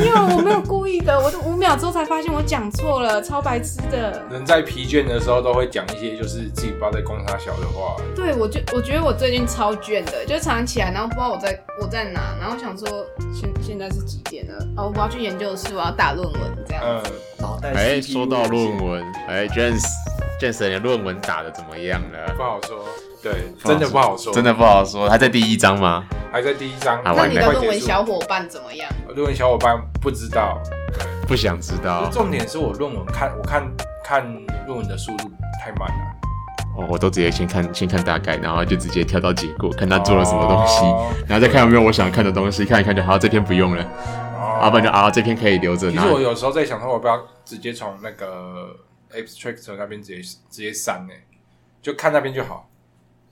[SPEAKER 1] 没有，我没有故意的，我都五秒之后才发现我讲错了，超白痴的。
[SPEAKER 3] 人在疲倦的时候都会讲一些就是自己不知道在攻他小的话，
[SPEAKER 1] 对，我就我觉得我最近超倦的，就常常起来，然后不知道我在我在哪，然后想说现现在是几点了？哦，我要去研究室，我要打论文这样。
[SPEAKER 3] 嗯，
[SPEAKER 2] 脑袋
[SPEAKER 4] 哎，
[SPEAKER 2] CPU
[SPEAKER 4] 说到论文，哎，James James，你的论文打的怎么样
[SPEAKER 3] 不
[SPEAKER 4] 了？
[SPEAKER 3] 好说，对，真的不好说，
[SPEAKER 4] 真的不好说，还在第一章吗？
[SPEAKER 3] 还在第一章，
[SPEAKER 4] 啊
[SPEAKER 1] 那
[SPEAKER 4] 完
[SPEAKER 1] 你
[SPEAKER 4] 美
[SPEAKER 1] 的
[SPEAKER 3] 快
[SPEAKER 1] 论
[SPEAKER 3] 结
[SPEAKER 1] 文
[SPEAKER 3] 束
[SPEAKER 1] 小伙伴怎么样？
[SPEAKER 3] 论文小伙伴不知道，
[SPEAKER 4] 不想知道。
[SPEAKER 3] 重点是我论文看我看看论文的速度太慢了，
[SPEAKER 4] 哦，我都直接先看先看大概，然后就直接跳到结果，看他做了什么东西，
[SPEAKER 3] 西，
[SPEAKER 4] 然后再看有没有我想看的东西，看一看就好，这篇不用了，
[SPEAKER 3] 啊
[SPEAKER 4] 啊，不然就啊这篇可以留着。
[SPEAKER 3] 其
[SPEAKER 4] 然
[SPEAKER 3] 实我
[SPEAKER 4] 后
[SPEAKER 3] 有时候在想，说我要不要直接从那个 abstract 那边直接直接删呢、欸就看那边就好，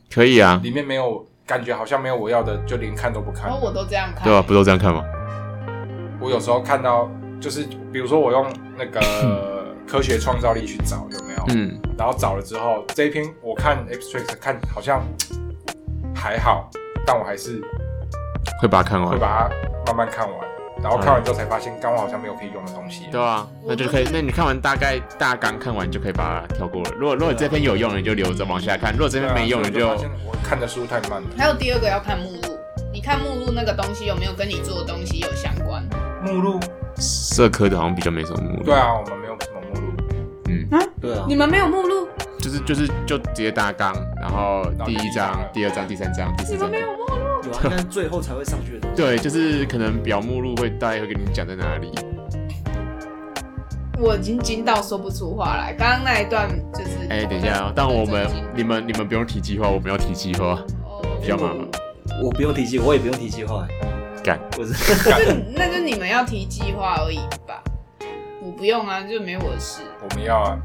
[SPEAKER 4] 可以啊，
[SPEAKER 3] 里面没有感觉好像没有我要的，就连看都不看。
[SPEAKER 1] 然哦后我都这样看，
[SPEAKER 4] 对吧、不都这样看吗？
[SPEAKER 3] 我有时候看到就是，比如说我用那
[SPEAKER 4] (laughs)
[SPEAKER 3] 个科学创造力去找有没有，
[SPEAKER 4] 嗯，
[SPEAKER 3] 然后找了之后这一篇我看 abstract 看好像还好，但我还是
[SPEAKER 4] 会把它看
[SPEAKER 3] 会
[SPEAKER 4] 完。
[SPEAKER 3] 把它慢慢看完，然后看完之后才发现，刚我好像没有可以用的东西。
[SPEAKER 4] 对啊，那就可以。那你看完大概大纲看完就可以把它跳过了。如果如果这篇有用，你就留着往下看；如果这
[SPEAKER 3] 对
[SPEAKER 4] 篇
[SPEAKER 3] 啊，
[SPEAKER 4] 没用，
[SPEAKER 3] 所
[SPEAKER 4] 你
[SPEAKER 3] 以我
[SPEAKER 4] 就
[SPEAKER 3] 发现我看的书太慢了。
[SPEAKER 1] 还有第二个要看目录，你看目录那个东西有没有跟你做的东西有相关？
[SPEAKER 3] 目录，
[SPEAKER 4] 社科的好像比较没什么目
[SPEAKER 3] 啊
[SPEAKER 4] 录。
[SPEAKER 3] 对啊，我们没有什么目录。
[SPEAKER 4] 嗯，
[SPEAKER 2] 对啊
[SPEAKER 1] 你，们没有目录，
[SPEAKER 4] 就是就是就直接大纲，然后第一章、第二章、第三章、第
[SPEAKER 1] 你
[SPEAKER 4] 四
[SPEAKER 1] 们
[SPEAKER 4] 章
[SPEAKER 1] 没。有目录，
[SPEAKER 2] 有啊，但是最后才会上去的东西。
[SPEAKER 4] 对，就是可能表目录会大概会跟你讲在哪里。
[SPEAKER 1] 我已经惊到说不出话来。刚刚那一段就是，
[SPEAKER 4] 哎、等一下、哦，但我们
[SPEAKER 1] 很震惊
[SPEAKER 4] 你们你们不用提计划，我们要提计划，比较
[SPEAKER 1] 哦，
[SPEAKER 4] 麻烦。
[SPEAKER 2] 我不用提计，我也不用提计划、
[SPEAKER 4] 干，
[SPEAKER 2] 我是
[SPEAKER 1] 就那就你们要提计划而已吧，我不用啊，就没我的事。
[SPEAKER 3] 我们要啊，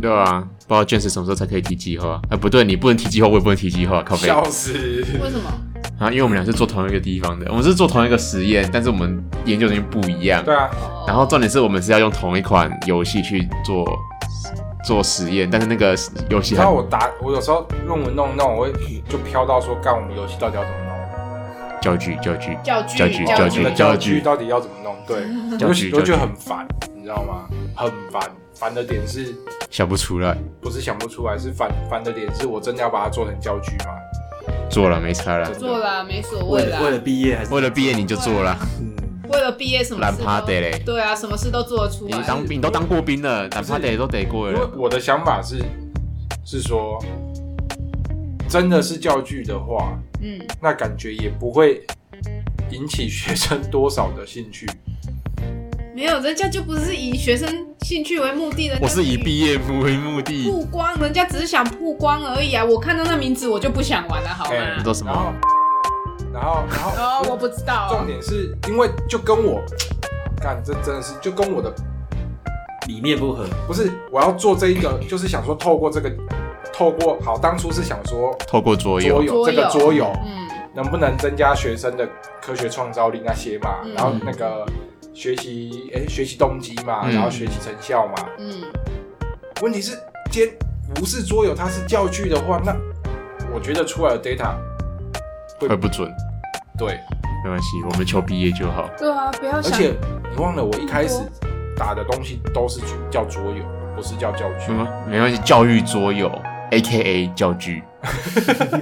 [SPEAKER 4] 对啊，不知道 James 什么时候才可以提计划？啊，不对，你不能提计划，我也不能提计划，靠背。
[SPEAKER 3] 笑死！
[SPEAKER 1] 为什么？
[SPEAKER 4] 啊，因为我们俩是做同一个地方的，我们是做同一个实验，但是我们研究的东西不一样。
[SPEAKER 3] 对啊，
[SPEAKER 1] 哦
[SPEAKER 4] 然后重点是我们是要用同一款游戏去做做实验，但是那个游
[SPEAKER 3] 你
[SPEAKER 4] 戏
[SPEAKER 3] 知
[SPEAKER 4] 很
[SPEAKER 3] 道我答，我有时候论文弄一弄，我会就飘到说，干我们游戏到底要怎么弄？
[SPEAKER 4] 教具教具
[SPEAKER 1] 教具
[SPEAKER 4] 教具
[SPEAKER 1] 教
[SPEAKER 4] 教
[SPEAKER 3] 我们的教
[SPEAKER 4] 具教
[SPEAKER 3] 具
[SPEAKER 4] 具，
[SPEAKER 3] 到底要怎么弄？对，
[SPEAKER 4] 教
[SPEAKER 3] 我
[SPEAKER 4] 具
[SPEAKER 3] 就我就觉
[SPEAKER 4] 教具
[SPEAKER 3] 得很烦，你知道吗？很烦，烦的点是
[SPEAKER 4] 想不出来，
[SPEAKER 3] 不是想不出来，是烦烦的点是我真的要把它做成教具吗？
[SPEAKER 4] 做了没差了。
[SPEAKER 3] 真
[SPEAKER 1] 做
[SPEAKER 3] 的，
[SPEAKER 1] 啦，没所
[SPEAKER 2] 为
[SPEAKER 1] 谓啦。
[SPEAKER 2] 了为了毕业还是
[SPEAKER 4] 为了毕业你就做了，
[SPEAKER 2] 嗯，
[SPEAKER 1] 为了毕业什么
[SPEAKER 4] 懒
[SPEAKER 1] 事
[SPEAKER 4] 趴
[SPEAKER 1] 都
[SPEAKER 4] 得嘞
[SPEAKER 1] 对啊，什么事都做得出
[SPEAKER 4] 你
[SPEAKER 1] 来。
[SPEAKER 4] 当兵你都当过兵了，哪怕得都得过
[SPEAKER 3] 因为
[SPEAKER 4] 了。
[SPEAKER 3] 我的想法是是说，真的是教具的话，
[SPEAKER 1] 嗯，
[SPEAKER 3] 那感觉也不会引起学生多少的兴趣。
[SPEAKER 1] 没有，人家就不是以学生兴趣为目的的。人家
[SPEAKER 4] 我是以毕业为目的，
[SPEAKER 1] 曝光，人家只是想曝光而已啊！我看到那名字我就不想玩了，好吗？
[SPEAKER 3] 哎
[SPEAKER 4] 你说什
[SPEAKER 3] 然后
[SPEAKER 4] 么？，
[SPEAKER 3] 然后，然后，
[SPEAKER 1] 哦，我不知道啊、
[SPEAKER 3] 重点是因为就跟我干，这真的是就跟我的
[SPEAKER 2] 理念不合，
[SPEAKER 3] 不是我要做这一个，就是想说透过这个，透过好当初是想说
[SPEAKER 4] 透过桌游
[SPEAKER 3] 桌游这个桌
[SPEAKER 1] 桌
[SPEAKER 3] 游
[SPEAKER 1] 嗯，
[SPEAKER 3] 能不能增加学生的科学创造力那些嘛，
[SPEAKER 1] 嗯
[SPEAKER 3] 然后那个学习哎、学习动机嘛，
[SPEAKER 4] 嗯
[SPEAKER 3] 然后学习成效嘛。
[SPEAKER 1] 嗯
[SPEAKER 3] 问题是，今天不是桌游，它是教具的话，那我觉得出来的 data
[SPEAKER 4] 会不准，
[SPEAKER 3] 对，
[SPEAKER 4] 没关系，我们求毕业就好。
[SPEAKER 1] 对啊，不要
[SPEAKER 3] 而
[SPEAKER 1] 想。
[SPEAKER 3] 且你忘了我一开始打的东西都是叫桌游，不是叫教具
[SPEAKER 4] 什。么？没关系，教育桌游 A K A 教具。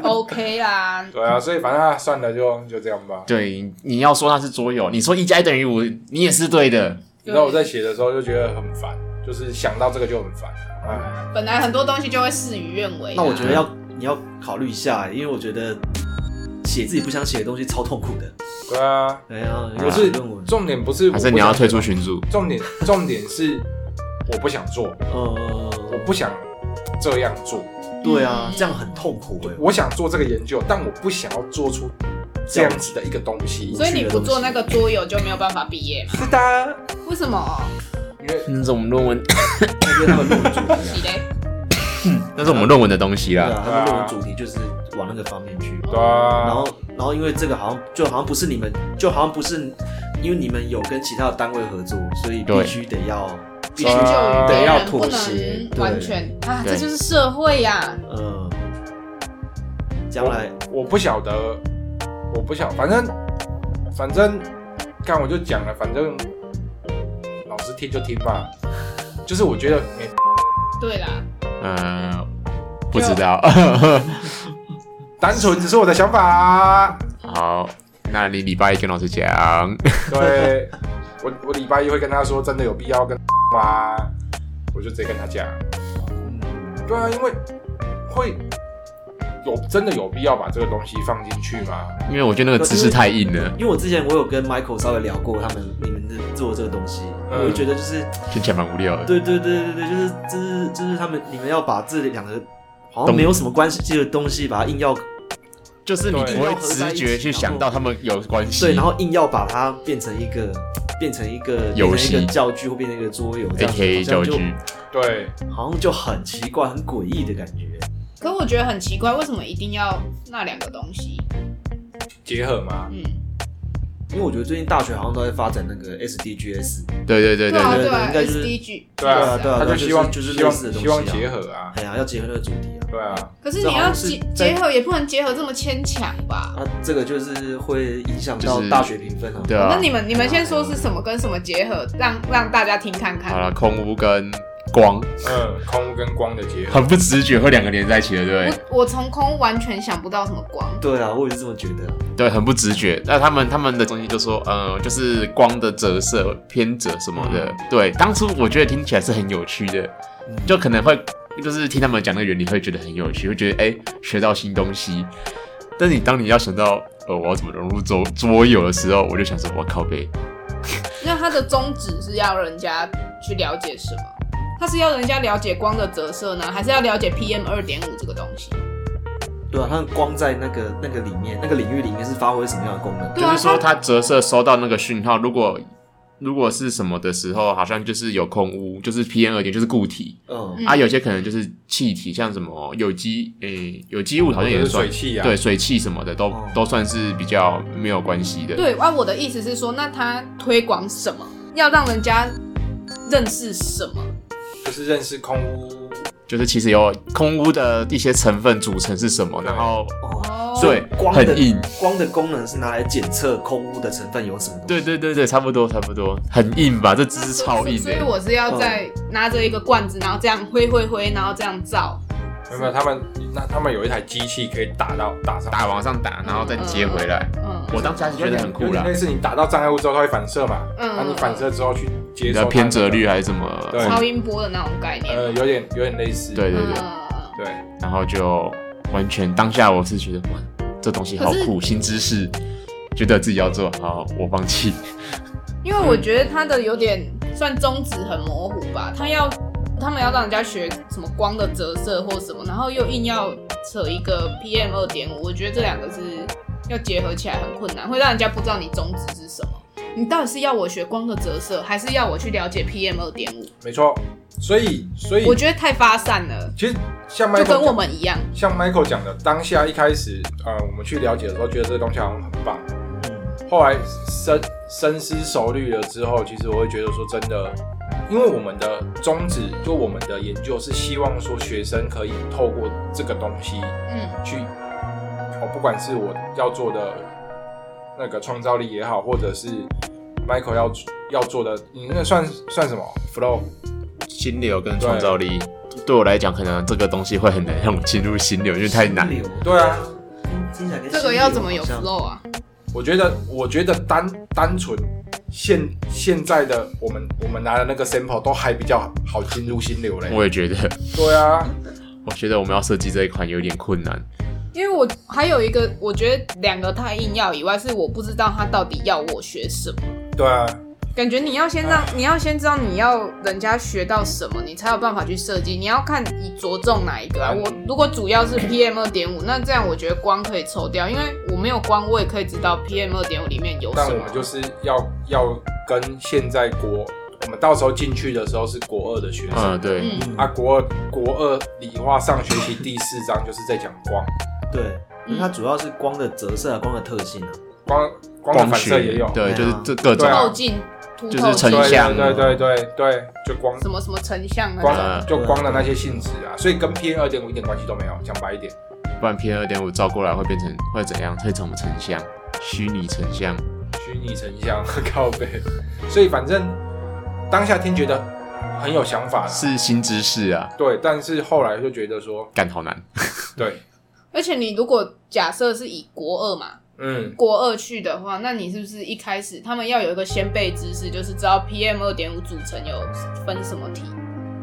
[SPEAKER 1] OK 啦，
[SPEAKER 3] 对啊，所以反正、啊、算了就，就这样吧。
[SPEAKER 4] 对，你要说它是桌游，你说一加一等于五，你也是对的。
[SPEAKER 3] 你知道我在写的时候就觉得很烦，就是想到这个就很烦。哎，
[SPEAKER 1] 本来很多东西就会事与愿违啊。
[SPEAKER 2] 那我觉得要你要考虑一下，因为我觉得写自己不想写的东西超痛苦的。
[SPEAKER 3] 对啊，
[SPEAKER 2] 哎呀，
[SPEAKER 3] 不
[SPEAKER 2] 又
[SPEAKER 3] 是
[SPEAKER 2] 论文，
[SPEAKER 3] 重点，不是我不
[SPEAKER 4] 还是
[SPEAKER 3] 想
[SPEAKER 4] 你要退出群组？
[SPEAKER 3] 重点，重点是我不想做，
[SPEAKER 2] 呃，
[SPEAKER 3] 我不想这样做，
[SPEAKER 2] 对啊，这样很痛苦哎、
[SPEAKER 3] 我想做这个研究，但我不想要做出这样子的一个东西。
[SPEAKER 4] 啊
[SPEAKER 1] 所以你不做那个桌游就没有办法毕业嘛？
[SPEAKER 3] 是的，
[SPEAKER 1] 为什么？
[SPEAKER 3] 因为
[SPEAKER 4] 那是我们论文，
[SPEAKER 2] 因为他们论文主题啊
[SPEAKER 1] 你嘞？
[SPEAKER 4] 那是我们论文的东
[SPEAKER 2] (laughs)
[SPEAKER 4] 西
[SPEAKER 2] 对
[SPEAKER 4] 啦。
[SPEAKER 2] 啊，他们论文主题就是往那个方面去。
[SPEAKER 3] 对啊，
[SPEAKER 2] 然后，然后因为这个好像就好像不是你们，就好像不是，因为你们有跟其他的单位合作，所以必
[SPEAKER 4] 对
[SPEAKER 2] 须得要必须
[SPEAKER 1] 迁就于别
[SPEAKER 2] 得要
[SPEAKER 1] 人，不
[SPEAKER 2] 妥协
[SPEAKER 1] 能，完全啊，
[SPEAKER 4] 对
[SPEAKER 1] 这就是社会呀、
[SPEAKER 2] 嗯，将来
[SPEAKER 3] 我不晓得，我不晓，反正反正干我就讲了，反正老师听就听吧。就是我觉得没
[SPEAKER 1] 对啦，
[SPEAKER 4] 呃，不知道。 (laughs)
[SPEAKER 3] 单纯只是我的想法。啊
[SPEAKER 4] 好，那你礼拜一跟老师讲。
[SPEAKER 3] 对，我我礼拜一会跟他说，真的有必要跟 (laughs) 吗？我就直接跟他讲。对啊，因为会有真的有必要把这个东西放进去吗？
[SPEAKER 4] 因为我觉得那个姿势太硬了，
[SPEAKER 2] 因为我之前我有跟 Michael 稍微聊过，他们你们的做这个东西，
[SPEAKER 3] 嗯
[SPEAKER 2] 我就觉得就是，
[SPEAKER 4] 听起来蛮无聊的。
[SPEAKER 2] 对对对对对，就是就是就是他们你们要把这两个好像没有什么关系的东西，把它硬要
[SPEAKER 4] 就是你
[SPEAKER 3] 对
[SPEAKER 4] 不会直觉去想到他们有关系。
[SPEAKER 2] 对，然后硬要把它变成一个变成一个
[SPEAKER 4] 游
[SPEAKER 2] 变成一
[SPEAKER 4] 戏
[SPEAKER 2] 个教具或变成一个桌游这
[SPEAKER 4] A
[SPEAKER 2] 样子
[SPEAKER 4] K A
[SPEAKER 2] 好像
[SPEAKER 4] 教
[SPEAKER 2] 就
[SPEAKER 4] 具，
[SPEAKER 3] 对，
[SPEAKER 2] 好像就很奇怪、很诡异的感觉。
[SPEAKER 1] 可我觉得很奇怪，为什么一定要那两个东西？
[SPEAKER 3] 结合吗？
[SPEAKER 1] 嗯，
[SPEAKER 2] 因为我觉得最近大学好像都在发展那个 SDGs，
[SPEAKER 4] 对对对对
[SPEAKER 1] 啊
[SPEAKER 4] 对，
[SPEAKER 1] 对啊
[SPEAKER 2] 应该就是
[SPEAKER 1] ，SDG，
[SPEAKER 3] 对啊，
[SPEAKER 2] 对啊
[SPEAKER 3] 他就希望
[SPEAKER 2] 就是
[SPEAKER 3] 希望
[SPEAKER 2] 类似的东
[SPEAKER 3] 希
[SPEAKER 2] 西啊
[SPEAKER 3] 望结合啊，
[SPEAKER 2] 哎呀，要结合那个主题啊。
[SPEAKER 3] 对啊，
[SPEAKER 1] 可是
[SPEAKER 2] 这
[SPEAKER 1] 你
[SPEAKER 2] 好
[SPEAKER 1] 要
[SPEAKER 2] 像是
[SPEAKER 1] 结
[SPEAKER 2] 在
[SPEAKER 1] 结合也不能结合这么牵强吧？
[SPEAKER 2] 啊，这个就是会影响到
[SPEAKER 4] 就是
[SPEAKER 2] 大学评分啊。
[SPEAKER 4] 对
[SPEAKER 1] 那
[SPEAKER 4] 啊。
[SPEAKER 1] 你们你们先说是什么跟什么结合，让让大家听看
[SPEAKER 4] 好
[SPEAKER 1] 看。
[SPEAKER 4] 了，空屋跟光
[SPEAKER 3] 嗯，空跟光的结合，
[SPEAKER 4] 很不直觉会两个连在一起的，对不
[SPEAKER 1] 我我从空完全想不到什么光，
[SPEAKER 2] 对啊，我也是这么觉得啊。
[SPEAKER 4] 对？对，很不直觉。那他们他们的东西就说，呃，就是光的折射、偏折什么的。对，当初我觉得听起来是很有趣的，
[SPEAKER 2] 嗯
[SPEAKER 4] 就可能会就是听他们讲那个原理，会觉得很有趣，会觉得哎、学到新东西。但你当你要想到呃我要怎么融入桌桌游的时候，我就想说，我靠呗，
[SPEAKER 1] 那它的宗旨是要人家去了解什么？它是要人家了解光的折射呢，还是要了解 PM 二点五这个东西？
[SPEAKER 2] 对啊，它光在那个那个里面那个领域里面是发挥什么样的功能？
[SPEAKER 1] 对
[SPEAKER 4] 就
[SPEAKER 1] 啊
[SPEAKER 4] 是说
[SPEAKER 1] 它
[SPEAKER 4] 它折射收到那个讯号，如果如果是什么的时候，好像就是有空污，就是 PM 二点就是固体、
[SPEAKER 2] 嗯，
[SPEAKER 1] 嗯
[SPEAKER 4] 啊，有些可能就是气体，像什么有机诶、有机物好像也
[SPEAKER 3] 或者是
[SPEAKER 4] 是算
[SPEAKER 3] 水汽啊，
[SPEAKER 4] 对，水汽什么的都、
[SPEAKER 2] 哦
[SPEAKER 4] 都算是比较没有关系的。
[SPEAKER 1] 对，啊，我的意思是说，那它推广什么？要让人家认识什么？
[SPEAKER 3] 就是认识空屋，
[SPEAKER 4] 就是其实有空污的一些成分组成是什么，
[SPEAKER 3] 对
[SPEAKER 4] 然后
[SPEAKER 2] 哦，
[SPEAKER 1] 哦
[SPEAKER 4] 对
[SPEAKER 2] 光的
[SPEAKER 4] 很硬，
[SPEAKER 2] 光的功能是拿来检测空污的成分有什么东西。
[SPEAKER 4] 对对对对，差不多差不多，很硬吧？这只是超硬
[SPEAKER 1] 所
[SPEAKER 4] 的、
[SPEAKER 1] 以我是
[SPEAKER 3] 嗯
[SPEAKER 1] 要在拿着一个罐子，然后这样挥挥挥，然后这样照。
[SPEAKER 3] 没有没有他们那他们有一台机器可以打到打上
[SPEAKER 4] 打往上打，然后再接回来。
[SPEAKER 1] 嗯，
[SPEAKER 4] 我当时还是
[SPEAKER 3] 有
[SPEAKER 4] 觉得
[SPEAKER 3] 点
[SPEAKER 4] 很酷
[SPEAKER 3] 有点
[SPEAKER 4] 啦
[SPEAKER 3] 类，似你打到障碍物之后，它会反射嘛，
[SPEAKER 1] 嗯
[SPEAKER 3] 那你反射之后去接
[SPEAKER 4] 你
[SPEAKER 3] 受它
[SPEAKER 4] 的
[SPEAKER 3] 的
[SPEAKER 4] 偏折率，啊还是什么？
[SPEAKER 3] 对
[SPEAKER 1] 超音波的那种概念。
[SPEAKER 3] 呃，有点有点类似，
[SPEAKER 4] 对对对，
[SPEAKER 1] 嗯
[SPEAKER 3] 对，
[SPEAKER 4] 然后就完全当下我是觉得哇，这东西好酷，新知识，觉得自己要做好，我放弃。
[SPEAKER 1] 因为我觉得它的有点算宗旨很模糊吧，它要他们要让人家学什么光的折射或什么，然后又硬要扯一个 PM 二点五，我觉得这两个是要结合起来很困难，会让人家不知道你宗旨是什么。你到底是要我学光的折射，还是要我去了解 PM 二点五？
[SPEAKER 3] 没错。所以
[SPEAKER 2] 嗯
[SPEAKER 3] 所以
[SPEAKER 1] 我觉得太发散了，
[SPEAKER 3] 其实像
[SPEAKER 1] 就
[SPEAKER 3] Michael
[SPEAKER 1] 跟我
[SPEAKER 3] 讲
[SPEAKER 1] 们一样。
[SPEAKER 3] 像 Michael 讲的，当下一开始呃，我们去了解的时候，觉得这个东西好像很棒，后来深深思熟虑了之后，其实我会觉得说真的，因为我们的宗旨，就我们的研究是希望说学生可以透过这个东西
[SPEAKER 1] 嗯
[SPEAKER 3] 去，哦，不管是我要做的那个创造力也好，或者是 Michael 要要做的，你那算算什么 flow？
[SPEAKER 4] 心流跟创造力对我来讲，可能这个东西会很难让我进入心流，因为太难。
[SPEAKER 2] 心流
[SPEAKER 3] 对啊，
[SPEAKER 2] 听听起来跟
[SPEAKER 1] 这个
[SPEAKER 2] 心
[SPEAKER 1] 要
[SPEAKER 2] 流
[SPEAKER 1] 怎么有
[SPEAKER 2] 好像
[SPEAKER 1] flow 啊？
[SPEAKER 3] 我觉得我觉得单单纯现现在的我们我们拿的那个 sample 都还比较好进入心流嘞。
[SPEAKER 4] 我也觉得，
[SPEAKER 3] 对啊，
[SPEAKER 4] 我觉得我们要设计这一款有点困难。
[SPEAKER 1] 因为我还有一个，我觉得两个太硬要以外，是我不知道他到底要我学什么。
[SPEAKER 3] 对啊，
[SPEAKER 1] 感觉你要先让你要先知道你要人家学到什么，你才有办法去设计。你要看你着重哪一个啊？我如果主要是 PM 二点五，那这样我觉得光可以抽掉，因为我没有光，我也可以知道 PM 二点五里面有
[SPEAKER 3] 但
[SPEAKER 1] 什
[SPEAKER 3] 我
[SPEAKER 1] 么
[SPEAKER 3] 们。就是要要跟现在国，我们到时候进去的时候是国二的学生、
[SPEAKER 4] 嗯，对，
[SPEAKER 1] 嗯
[SPEAKER 3] 啊，国二国二理化上学期第四章就是在讲光，
[SPEAKER 2] 对，因为它主要是光的折射啊，光的特性啊。
[SPEAKER 3] 光光的反射也有，
[SPEAKER 2] 对
[SPEAKER 4] 对，
[SPEAKER 2] 啊
[SPEAKER 4] 就是这各种
[SPEAKER 3] 对啊
[SPEAKER 1] 透镜、凸
[SPEAKER 4] 就是
[SPEAKER 1] 透
[SPEAKER 4] 成
[SPEAKER 1] 镜
[SPEAKER 3] 对
[SPEAKER 4] 像
[SPEAKER 3] 对对对对对，就光
[SPEAKER 1] 什么什么成像那
[SPEAKER 3] 光
[SPEAKER 1] 种。
[SPEAKER 3] 的
[SPEAKER 4] 嗯
[SPEAKER 3] 就光的那些性质啊，所以跟 P 二点五一点关系都没有，讲白一点，
[SPEAKER 4] 不然 P 二点五照过来会变成会怎样？会怎么成像？虚拟成像，
[SPEAKER 3] 虚拟成像 (laughs) 靠背，所以反正当下听觉得很有想法啦，
[SPEAKER 4] 是新知识啊，
[SPEAKER 3] 对，但是后来就觉得说，
[SPEAKER 4] 干好难。
[SPEAKER 3] 对，
[SPEAKER 1] 而且你如果假设是以国二嘛，
[SPEAKER 3] 嗯，
[SPEAKER 1] 国二去的话，那你是不是一开始他们要有一个先辈知识，就是知道 PM 二点五组成有分什么题，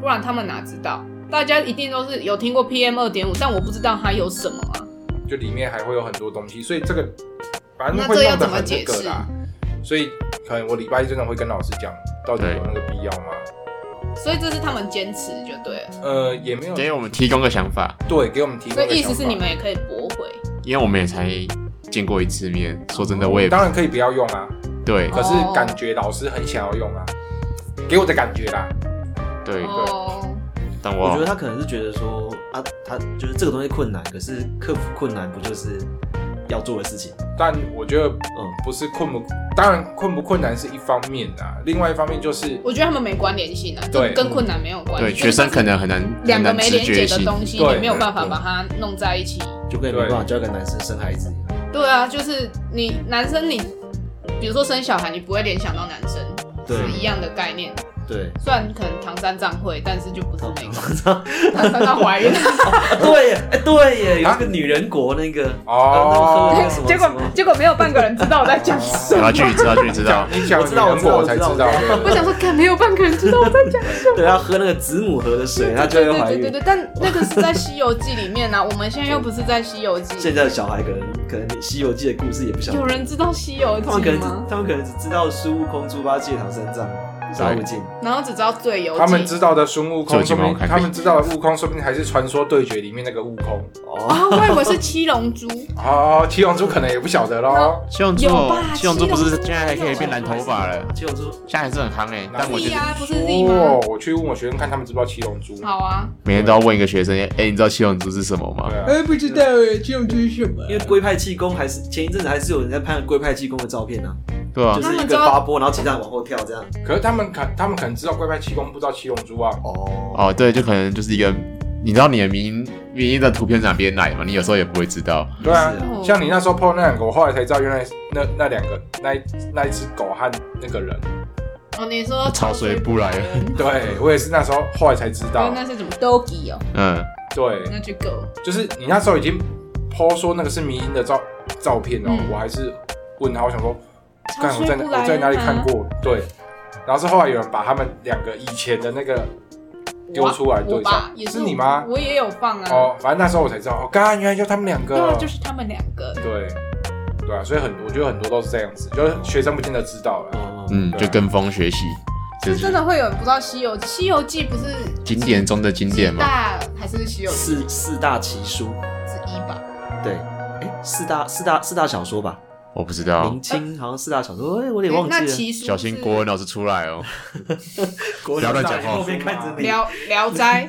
[SPEAKER 1] 不然他们哪知道？大家一定都是有听过 PM 二点五，但我不知道它有什么啊。
[SPEAKER 3] 就里面还会有很多东西，所以这个反正
[SPEAKER 1] 那
[SPEAKER 3] 会
[SPEAKER 1] 这要
[SPEAKER 3] 弄得
[SPEAKER 1] 怎么
[SPEAKER 3] 很那
[SPEAKER 1] 解
[SPEAKER 3] 个
[SPEAKER 1] 释？
[SPEAKER 3] 啦。所以可能我礼拜一真的会跟老师讲，到底
[SPEAKER 4] 对
[SPEAKER 3] 有那个必要吗？
[SPEAKER 1] 所以这是他们坚持就对了。
[SPEAKER 3] 呃，也没有，
[SPEAKER 4] 给我们提供个想法，
[SPEAKER 3] 对，给我们提供
[SPEAKER 1] 所
[SPEAKER 3] 个想法。
[SPEAKER 1] 以意思是你们也可以驳回。
[SPEAKER 4] 因为我们也才见过一次面。说真的，我也
[SPEAKER 3] 当然可以不要用啊，
[SPEAKER 4] 对
[SPEAKER 3] 可是
[SPEAKER 1] 哦
[SPEAKER 3] 感觉老师很想要用啊，给我的感觉啦。
[SPEAKER 4] 对，
[SPEAKER 1] 哦，
[SPEAKER 4] 但
[SPEAKER 2] 我觉得
[SPEAKER 4] 我
[SPEAKER 2] 他可能是觉得说啊，他就是这个东西困难，可是克服困难不就是要做的事情？
[SPEAKER 3] 但我觉得
[SPEAKER 2] 嗯，
[SPEAKER 3] 不是困不，当然困不困难是一方面啊，另外一方面就是
[SPEAKER 1] 我觉得他们没关联性啊，
[SPEAKER 3] 对
[SPEAKER 1] 这跟困难没有关系。
[SPEAKER 4] 对学生可能很难
[SPEAKER 1] 两
[SPEAKER 4] 很
[SPEAKER 1] 个
[SPEAKER 4] 难
[SPEAKER 1] 没
[SPEAKER 4] 直
[SPEAKER 1] 连
[SPEAKER 4] 觉
[SPEAKER 1] 接的
[SPEAKER 4] 性，
[SPEAKER 1] 东西，
[SPEAKER 3] 对
[SPEAKER 1] 你没有办法把它弄在一起。
[SPEAKER 2] 就跟你没办法教一个男生生孩子一样。
[SPEAKER 1] 对啊，就是你男生你，比如说生小孩，你不会联想到男生，
[SPEAKER 2] 对
[SPEAKER 1] 是一样的概念。
[SPEAKER 2] 对，
[SPEAKER 1] 虽然可能唐三藏会，但是就不是那个
[SPEAKER 2] 操
[SPEAKER 1] 唐三藏怀孕，
[SPEAKER 2] 对耶，哎对耶，有
[SPEAKER 3] 啊
[SPEAKER 2] 一个女人国那个，
[SPEAKER 3] 哦，
[SPEAKER 2] 啊那个喝那个什么
[SPEAKER 1] 结
[SPEAKER 2] 什
[SPEAKER 1] 果
[SPEAKER 2] 么
[SPEAKER 1] 结果没有半个人知道我在讲什么
[SPEAKER 4] 然。后具体知道，具体知 (laughs) 道
[SPEAKER 3] 你讲
[SPEAKER 2] 我知道
[SPEAKER 3] 你难过
[SPEAKER 2] 我
[SPEAKER 3] 才
[SPEAKER 2] 知道
[SPEAKER 3] 知
[SPEAKER 2] 我知道
[SPEAKER 3] 道，
[SPEAKER 2] 我知道
[SPEAKER 1] 我想说，看没有半个人知道我在讲什么。
[SPEAKER 2] 对，要喝那个子母河的水，她就
[SPEAKER 1] 对
[SPEAKER 2] 会
[SPEAKER 1] 对
[SPEAKER 2] 怀
[SPEAKER 1] 对对
[SPEAKER 2] 孕。
[SPEAKER 1] 对，但那个是在《西游记》里面啊，我们现在又不是在《西游记》。
[SPEAKER 2] 现在的小孩可能可能《西游记》的故事也不想，
[SPEAKER 1] 有人知道《西游记
[SPEAKER 2] 他们可》能
[SPEAKER 1] 吗
[SPEAKER 2] 只？他们可能只知道孙悟空、猪八戒、唐三藏、沙悟净。
[SPEAKER 1] 然后只知道《醉游记
[SPEAKER 3] 他》，们知道的孙悟
[SPEAKER 4] 这
[SPEAKER 3] 空，
[SPEAKER 4] 有
[SPEAKER 3] 说
[SPEAKER 4] 鸡毛
[SPEAKER 3] 不定
[SPEAKER 4] 看
[SPEAKER 3] 他们知道的悟空，说不定还是传说对决里面那个悟空。
[SPEAKER 2] 哦，
[SPEAKER 1] 啊，我以为是七龙珠，
[SPEAKER 3] 哦，七龙珠可能也不晓得喽。
[SPEAKER 4] 七龙珠
[SPEAKER 1] 有吧，
[SPEAKER 4] 七龙珠不是
[SPEAKER 1] 七龙珠
[SPEAKER 4] 现在还可以变蓝头发了，
[SPEAKER 2] 七龙珠
[SPEAKER 4] 现在还是很夯哎。但我觉
[SPEAKER 1] 是
[SPEAKER 4] 得
[SPEAKER 1] 啊，不是 Z 吗
[SPEAKER 3] 哦？，我去问我学生看他们知不知道七龙珠。
[SPEAKER 1] 好啊，
[SPEAKER 4] 每天都要问一个学生，哎，你知道七龙珠是什么吗
[SPEAKER 3] 对？啊，
[SPEAKER 5] 哎，不知道哎，这种就是什么？
[SPEAKER 2] 因为龟派气功还是前一阵子还是有人在拍龟派气功的照片呢、
[SPEAKER 4] 对
[SPEAKER 2] 啊，
[SPEAKER 4] 啊
[SPEAKER 2] 就，是一个发波，然后其他人往后跳这样。
[SPEAKER 3] 可是他们可他们可能知道龟派气功，不知道七龙珠啊。
[SPEAKER 2] 哦，
[SPEAKER 4] 哦，对，就可能就是一个，你知道你的名名义的图片哪边来吗？你有时候也不会知道。
[SPEAKER 3] 对啊
[SPEAKER 2] 是，啊
[SPEAKER 3] 像你那时候碰那两个，我后来才知道原来那那两个那一那一只狗和那个人。
[SPEAKER 1] 哦，你说
[SPEAKER 4] 潮水不来了
[SPEAKER 1] (laughs)
[SPEAKER 3] 对我也是那时候后来才知道
[SPEAKER 1] 对，。那是什么 Doggy 哦，
[SPEAKER 4] 嗯，
[SPEAKER 3] 对，
[SPEAKER 1] 那只狗，
[SPEAKER 3] 就是你那时候已经 po 说那个是迷因的照照片哦，
[SPEAKER 1] 嗯
[SPEAKER 3] 我还是问他，我想说，
[SPEAKER 1] 潮
[SPEAKER 3] 看我
[SPEAKER 1] 水
[SPEAKER 3] 在
[SPEAKER 1] 不
[SPEAKER 3] 哪
[SPEAKER 1] 来
[SPEAKER 3] 我在哪里
[SPEAKER 1] 了
[SPEAKER 3] 看
[SPEAKER 1] 吗？
[SPEAKER 3] 过？对，然后是后来有人把他们两个以前的那个丢出来
[SPEAKER 1] 我
[SPEAKER 3] 对
[SPEAKER 1] 吧
[SPEAKER 3] 照，，
[SPEAKER 1] 也
[SPEAKER 3] 是
[SPEAKER 1] 我
[SPEAKER 3] 你吗？
[SPEAKER 1] 我也有放啊，
[SPEAKER 3] 哦，反嗯正那时候我才知道，哦，干，原来就他们两
[SPEAKER 1] 对
[SPEAKER 3] 个
[SPEAKER 1] 啊，，就是他们两个，
[SPEAKER 3] 对，对啊，所以很多，我觉得很多都是这样子，就是学生不见得知道了，
[SPEAKER 2] 哦，
[SPEAKER 4] 嗯，就跟风学习，就
[SPEAKER 1] 就是真的会有人不知道《西游记》，《西游记》不是
[SPEAKER 4] 经典中的经典嘛。
[SPEAKER 1] 大还是《西游记
[SPEAKER 2] 四四大奇书，》
[SPEAKER 1] 之一吧？
[SPEAKER 2] 对，哎，四大四大四大小说吧，
[SPEAKER 4] 我不知道
[SPEAKER 2] 明，清好像四大小说，哎，我有点忘记
[SPEAKER 1] 那
[SPEAKER 2] 了。
[SPEAKER 1] 奇书
[SPEAKER 4] 小心
[SPEAKER 1] 是
[SPEAKER 4] 国文老师出来哦。
[SPEAKER 2] 不
[SPEAKER 4] 不要乱讲话
[SPEAKER 2] 后面看着你。
[SPEAKER 1] 聊聊
[SPEAKER 2] (laughs)
[SPEAKER 1] 斋，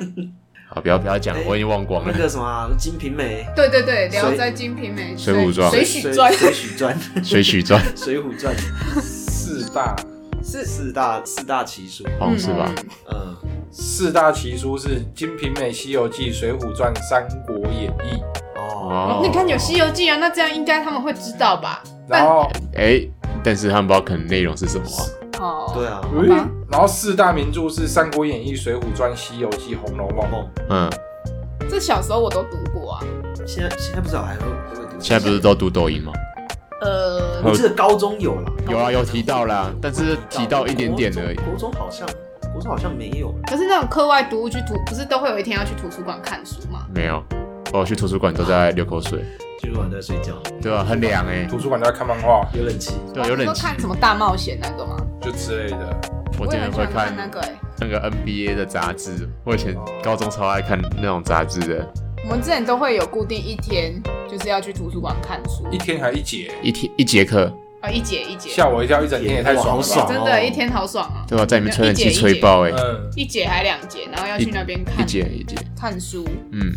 [SPEAKER 4] 好，不要不要
[SPEAKER 1] 哎
[SPEAKER 4] 讲，我已经忘光
[SPEAKER 2] 那
[SPEAKER 4] 了。
[SPEAKER 2] 个什么啊《金瓶梅
[SPEAKER 1] 对对对，
[SPEAKER 2] 水
[SPEAKER 1] 聊斋金瓶梅、
[SPEAKER 4] 水浒传
[SPEAKER 1] 水》
[SPEAKER 2] 水
[SPEAKER 1] 浒传
[SPEAKER 2] 水浒传》《
[SPEAKER 4] 水浒传
[SPEAKER 2] 水浒传》
[SPEAKER 3] 四大
[SPEAKER 2] 是四大四大奇书，
[SPEAKER 4] 好像是吧？
[SPEAKER 1] 嗯
[SPEAKER 2] 嗯，
[SPEAKER 3] 四大奇书是《金瓶梅》《西游记》《水浒传》《三国演义》，
[SPEAKER 2] 哦，
[SPEAKER 1] 哦
[SPEAKER 4] 哦，
[SPEAKER 1] 你看有《西游记》啊，那这样应该他们会知道吧？
[SPEAKER 3] 然后
[SPEAKER 1] 嗯
[SPEAKER 4] 哎，但是他们不知道可能内容是什么啊。
[SPEAKER 1] 哦，
[SPEAKER 2] 对啊，
[SPEAKER 3] 嗯
[SPEAKER 1] 吧
[SPEAKER 3] 然后四大名著是《三国演义》《水浒传》《西游记》《红楼梦》。
[SPEAKER 2] 梦。
[SPEAKER 4] 嗯，
[SPEAKER 1] 这小时候我都读过啊。
[SPEAKER 2] 现在现在不是还会还会读？
[SPEAKER 4] 现在不是都读抖音吗？
[SPEAKER 1] 呃，
[SPEAKER 2] 我记得高中有啦，
[SPEAKER 4] 有啊，有提到啦，但是提到一点点而已。
[SPEAKER 2] 国中好像国中好像没有了，
[SPEAKER 1] 可是那种课外读物去图，不是都会有一天要去图书馆看书吗？
[SPEAKER 4] 没有，我去图书馆都在流口水，
[SPEAKER 2] 就是晚上在睡觉，
[SPEAKER 4] 对吧？很凉哎，
[SPEAKER 3] 图书馆都在看漫画，
[SPEAKER 2] 有冷气。
[SPEAKER 4] 对，有
[SPEAKER 1] 你
[SPEAKER 4] 冷
[SPEAKER 1] 说
[SPEAKER 4] 气。
[SPEAKER 1] 看什么大冒险那啊个吗？
[SPEAKER 3] 就之类的。
[SPEAKER 4] 我
[SPEAKER 1] 也
[SPEAKER 4] 真的
[SPEAKER 1] 很喜
[SPEAKER 4] 会
[SPEAKER 1] 欢看
[SPEAKER 4] 看
[SPEAKER 1] 那个哎，
[SPEAKER 4] 那个 NBA 的杂志，我以前高中超爱看那种杂志的，
[SPEAKER 1] 我们之前都会有固定一天，就是要去图书馆看书
[SPEAKER 3] 一天还一节，
[SPEAKER 4] 一天一节课，
[SPEAKER 1] 啊，一节一节，
[SPEAKER 3] 吓我一跳，一整天也太爽了吧。
[SPEAKER 2] 哇好爽
[SPEAKER 1] 真
[SPEAKER 2] 哦
[SPEAKER 1] 的，一天好爽啊！
[SPEAKER 4] 对吧？在里面吹冷
[SPEAKER 1] 一
[SPEAKER 4] 气
[SPEAKER 1] 节
[SPEAKER 4] 吹爆哎，
[SPEAKER 3] 嗯，
[SPEAKER 1] 一节还两节，然后要去那边
[SPEAKER 4] 一
[SPEAKER 1] 看
[SPEAKER 4] 节一节，
[SPEAKER 1] 看书，
[SPEAKER 4] 嗯。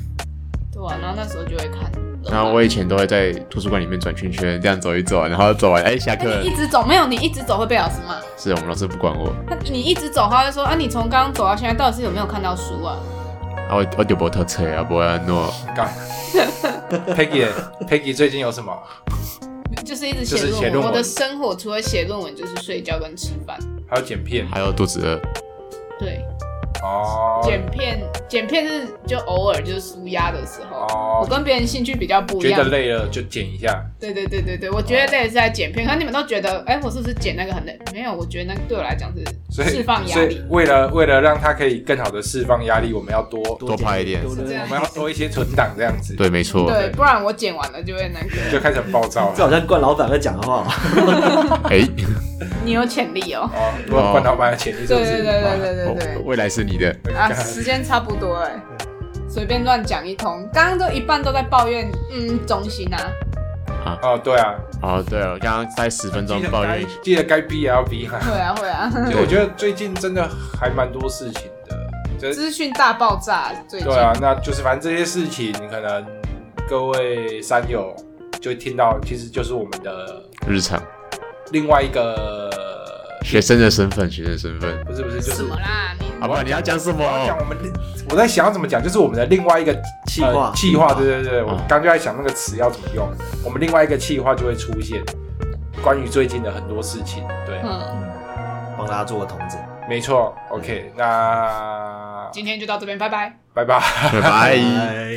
[SPEAKER 1] 对啊，然后那时候就会看。
[SPEAKER 4] 然后我以前都会在图书馆里面转圈圈，这样走一走，然后走完，哎，下
[SPEAKER 1] 哎，
[SPEAKER 4] 课
[SPEAKER 1] 你。一直走没有？你一直走会被老师骂。
[SPEAKER 4] 是我们老师不管我，
[SPEAKER 1] 那你一直走，他就说啊，你从刚刚走到现在，到底是有没有看到书啊？
[SPEAKER 4] 啊，我我丢波特车啊，不然诺
[SPEAKER 3] 干。Peggy，Peggy 最近有什么？
[SPEAKER 1] 就是一直
[SPEAKER 3] 就是
[SPEAKER 1] 写
[SPEAKER 3] 写
[SPEAKER 1] 论
[SPEAKER 3] 论
[SPEAKER 1] 文。我
[SPEAKER 3] 文
[SPEAKER 1] 的生活除了写论文就是睡觉跟吃饭。
[SPEAKER 3] 还有剪片
[SPEAKER 4] 还有肚子饿，
[SPEAKER 1] 对，
[SPEAKER 3] 哦，
[SPEAKER 1] 剪片剪片是就偶尔就是舒压的时候。我
[SPEAKER 3] 哦，
[SPEAKER 1] 跟别人兴趣比较不一
[SPEAKER 3] 觉
[SPEAKER 1] 样
[SPEAKER 3] 得，累了就剪一下，
[SPEAKER 1] 对对对对对，我觉得累是在剪片，可是你们都觉得，哎、我是不是剪那个很累？没有，我觉得那个对我来讲
[SPEAKER 3] 所
[SPEAKER 1] 是
[SPEAKER 3] 以
[SPEAKER 1] 释放压
[SPEAKER 3] 所以
[SPEAKER 1] 力。
[SPEAKER 3] 为了为了让他可以更好的释放压力，我们要多
[SPEAKER 4] 多拍一点
[SPEAKER 2] 多
[SPEAKER 1] 是这样
[SPEAKER 3] 我们要多一些存档这样子，
[SPEAKER 4] 对，没错。
[SPEAKER 1] 对，不然我剪完了就会那个，
[SPEAKER 3] 就开始很暴躁
[SPEAKER 2] 这
[SPEAKER 3] 了。
[SPEAKER 2] 好像冠老板在讲的话哦，
[SPEAKER 4] 哎，
[SPEAKER 1] 你有潜力哦。
[SPEAKER 3] 哦，如果换老板的潜力是
[SPEAKER 1] 对
[SPEAKER 3] 不
[SPEAKER 1] 对
[SPEAKER 3] 是？哦
[SPEAKER 1] 对对对对
[SPEAKER 4] 哦未来是你的，
[SPEAKER 1] 对。啊，时间差不多了，随便乱讲一通。刚刚都一半都在抱怨，嗯，中心啊，
[SPEAKER 3] 哦，对啊，
[SPEAKER 4] 哦，对哦，刚刚在十分钟
[SPEAKER 3] 记得
[SPEAKER 4] 抱
[SPEAKER 3] 该
[SPEAKER 4] 怨一下，
[SPEAKER 3] 记得该逼也要逼哈。
[SPEAKER 1] 会啊会
[SPEAKER 3] (laughs)
[SPEAKER 1] 啊，
[SPEAKER 3] 其实我觉得最近真的还蛮多事情的，就是
[SPEAKER 1] 资讯大爆炸最近
[SPEAKER 3] 对。啊，那就是反正这些事情，可能各位山友就听到，其实就是我们的
[SPEAKER 4] 日常
[SPEAKER 3] 另外一个
[SPEAKER 4] 学生的身份，学生的身份，
[SPEAKER 3] 不是不是就是
[SPEAKER 1] 什么啦？你
[SPEAKER 4] 好不好？你要讲什
[SPEAKER 3] 我要讲
[SPEAKER 4] 么？
[SPEAKER 3] 我们另，我在想要怎么讲，就是我们的另外一个
[SPEAKER 2] 气话
[SPEAKER 3] 呃气话，对对对，我
[SPEAKER 4] 嗯
[SPEAKER 3] 刚就在想那个词要怎么用，我们另外一个气话就会出现关于最近的很多事情，对，
[SPEAKER 1] 嗯，
[SPEAKER 2] 帮大家做个童子。
[SPEAKER 3] 没错，OK，那
[SPEAKER 1] 嗯今天就到这边，拜拜。
[SPEAKER 3] 拜拜。
[SPEAKER 4] 拜拜。
[SPEAKER 2] 拜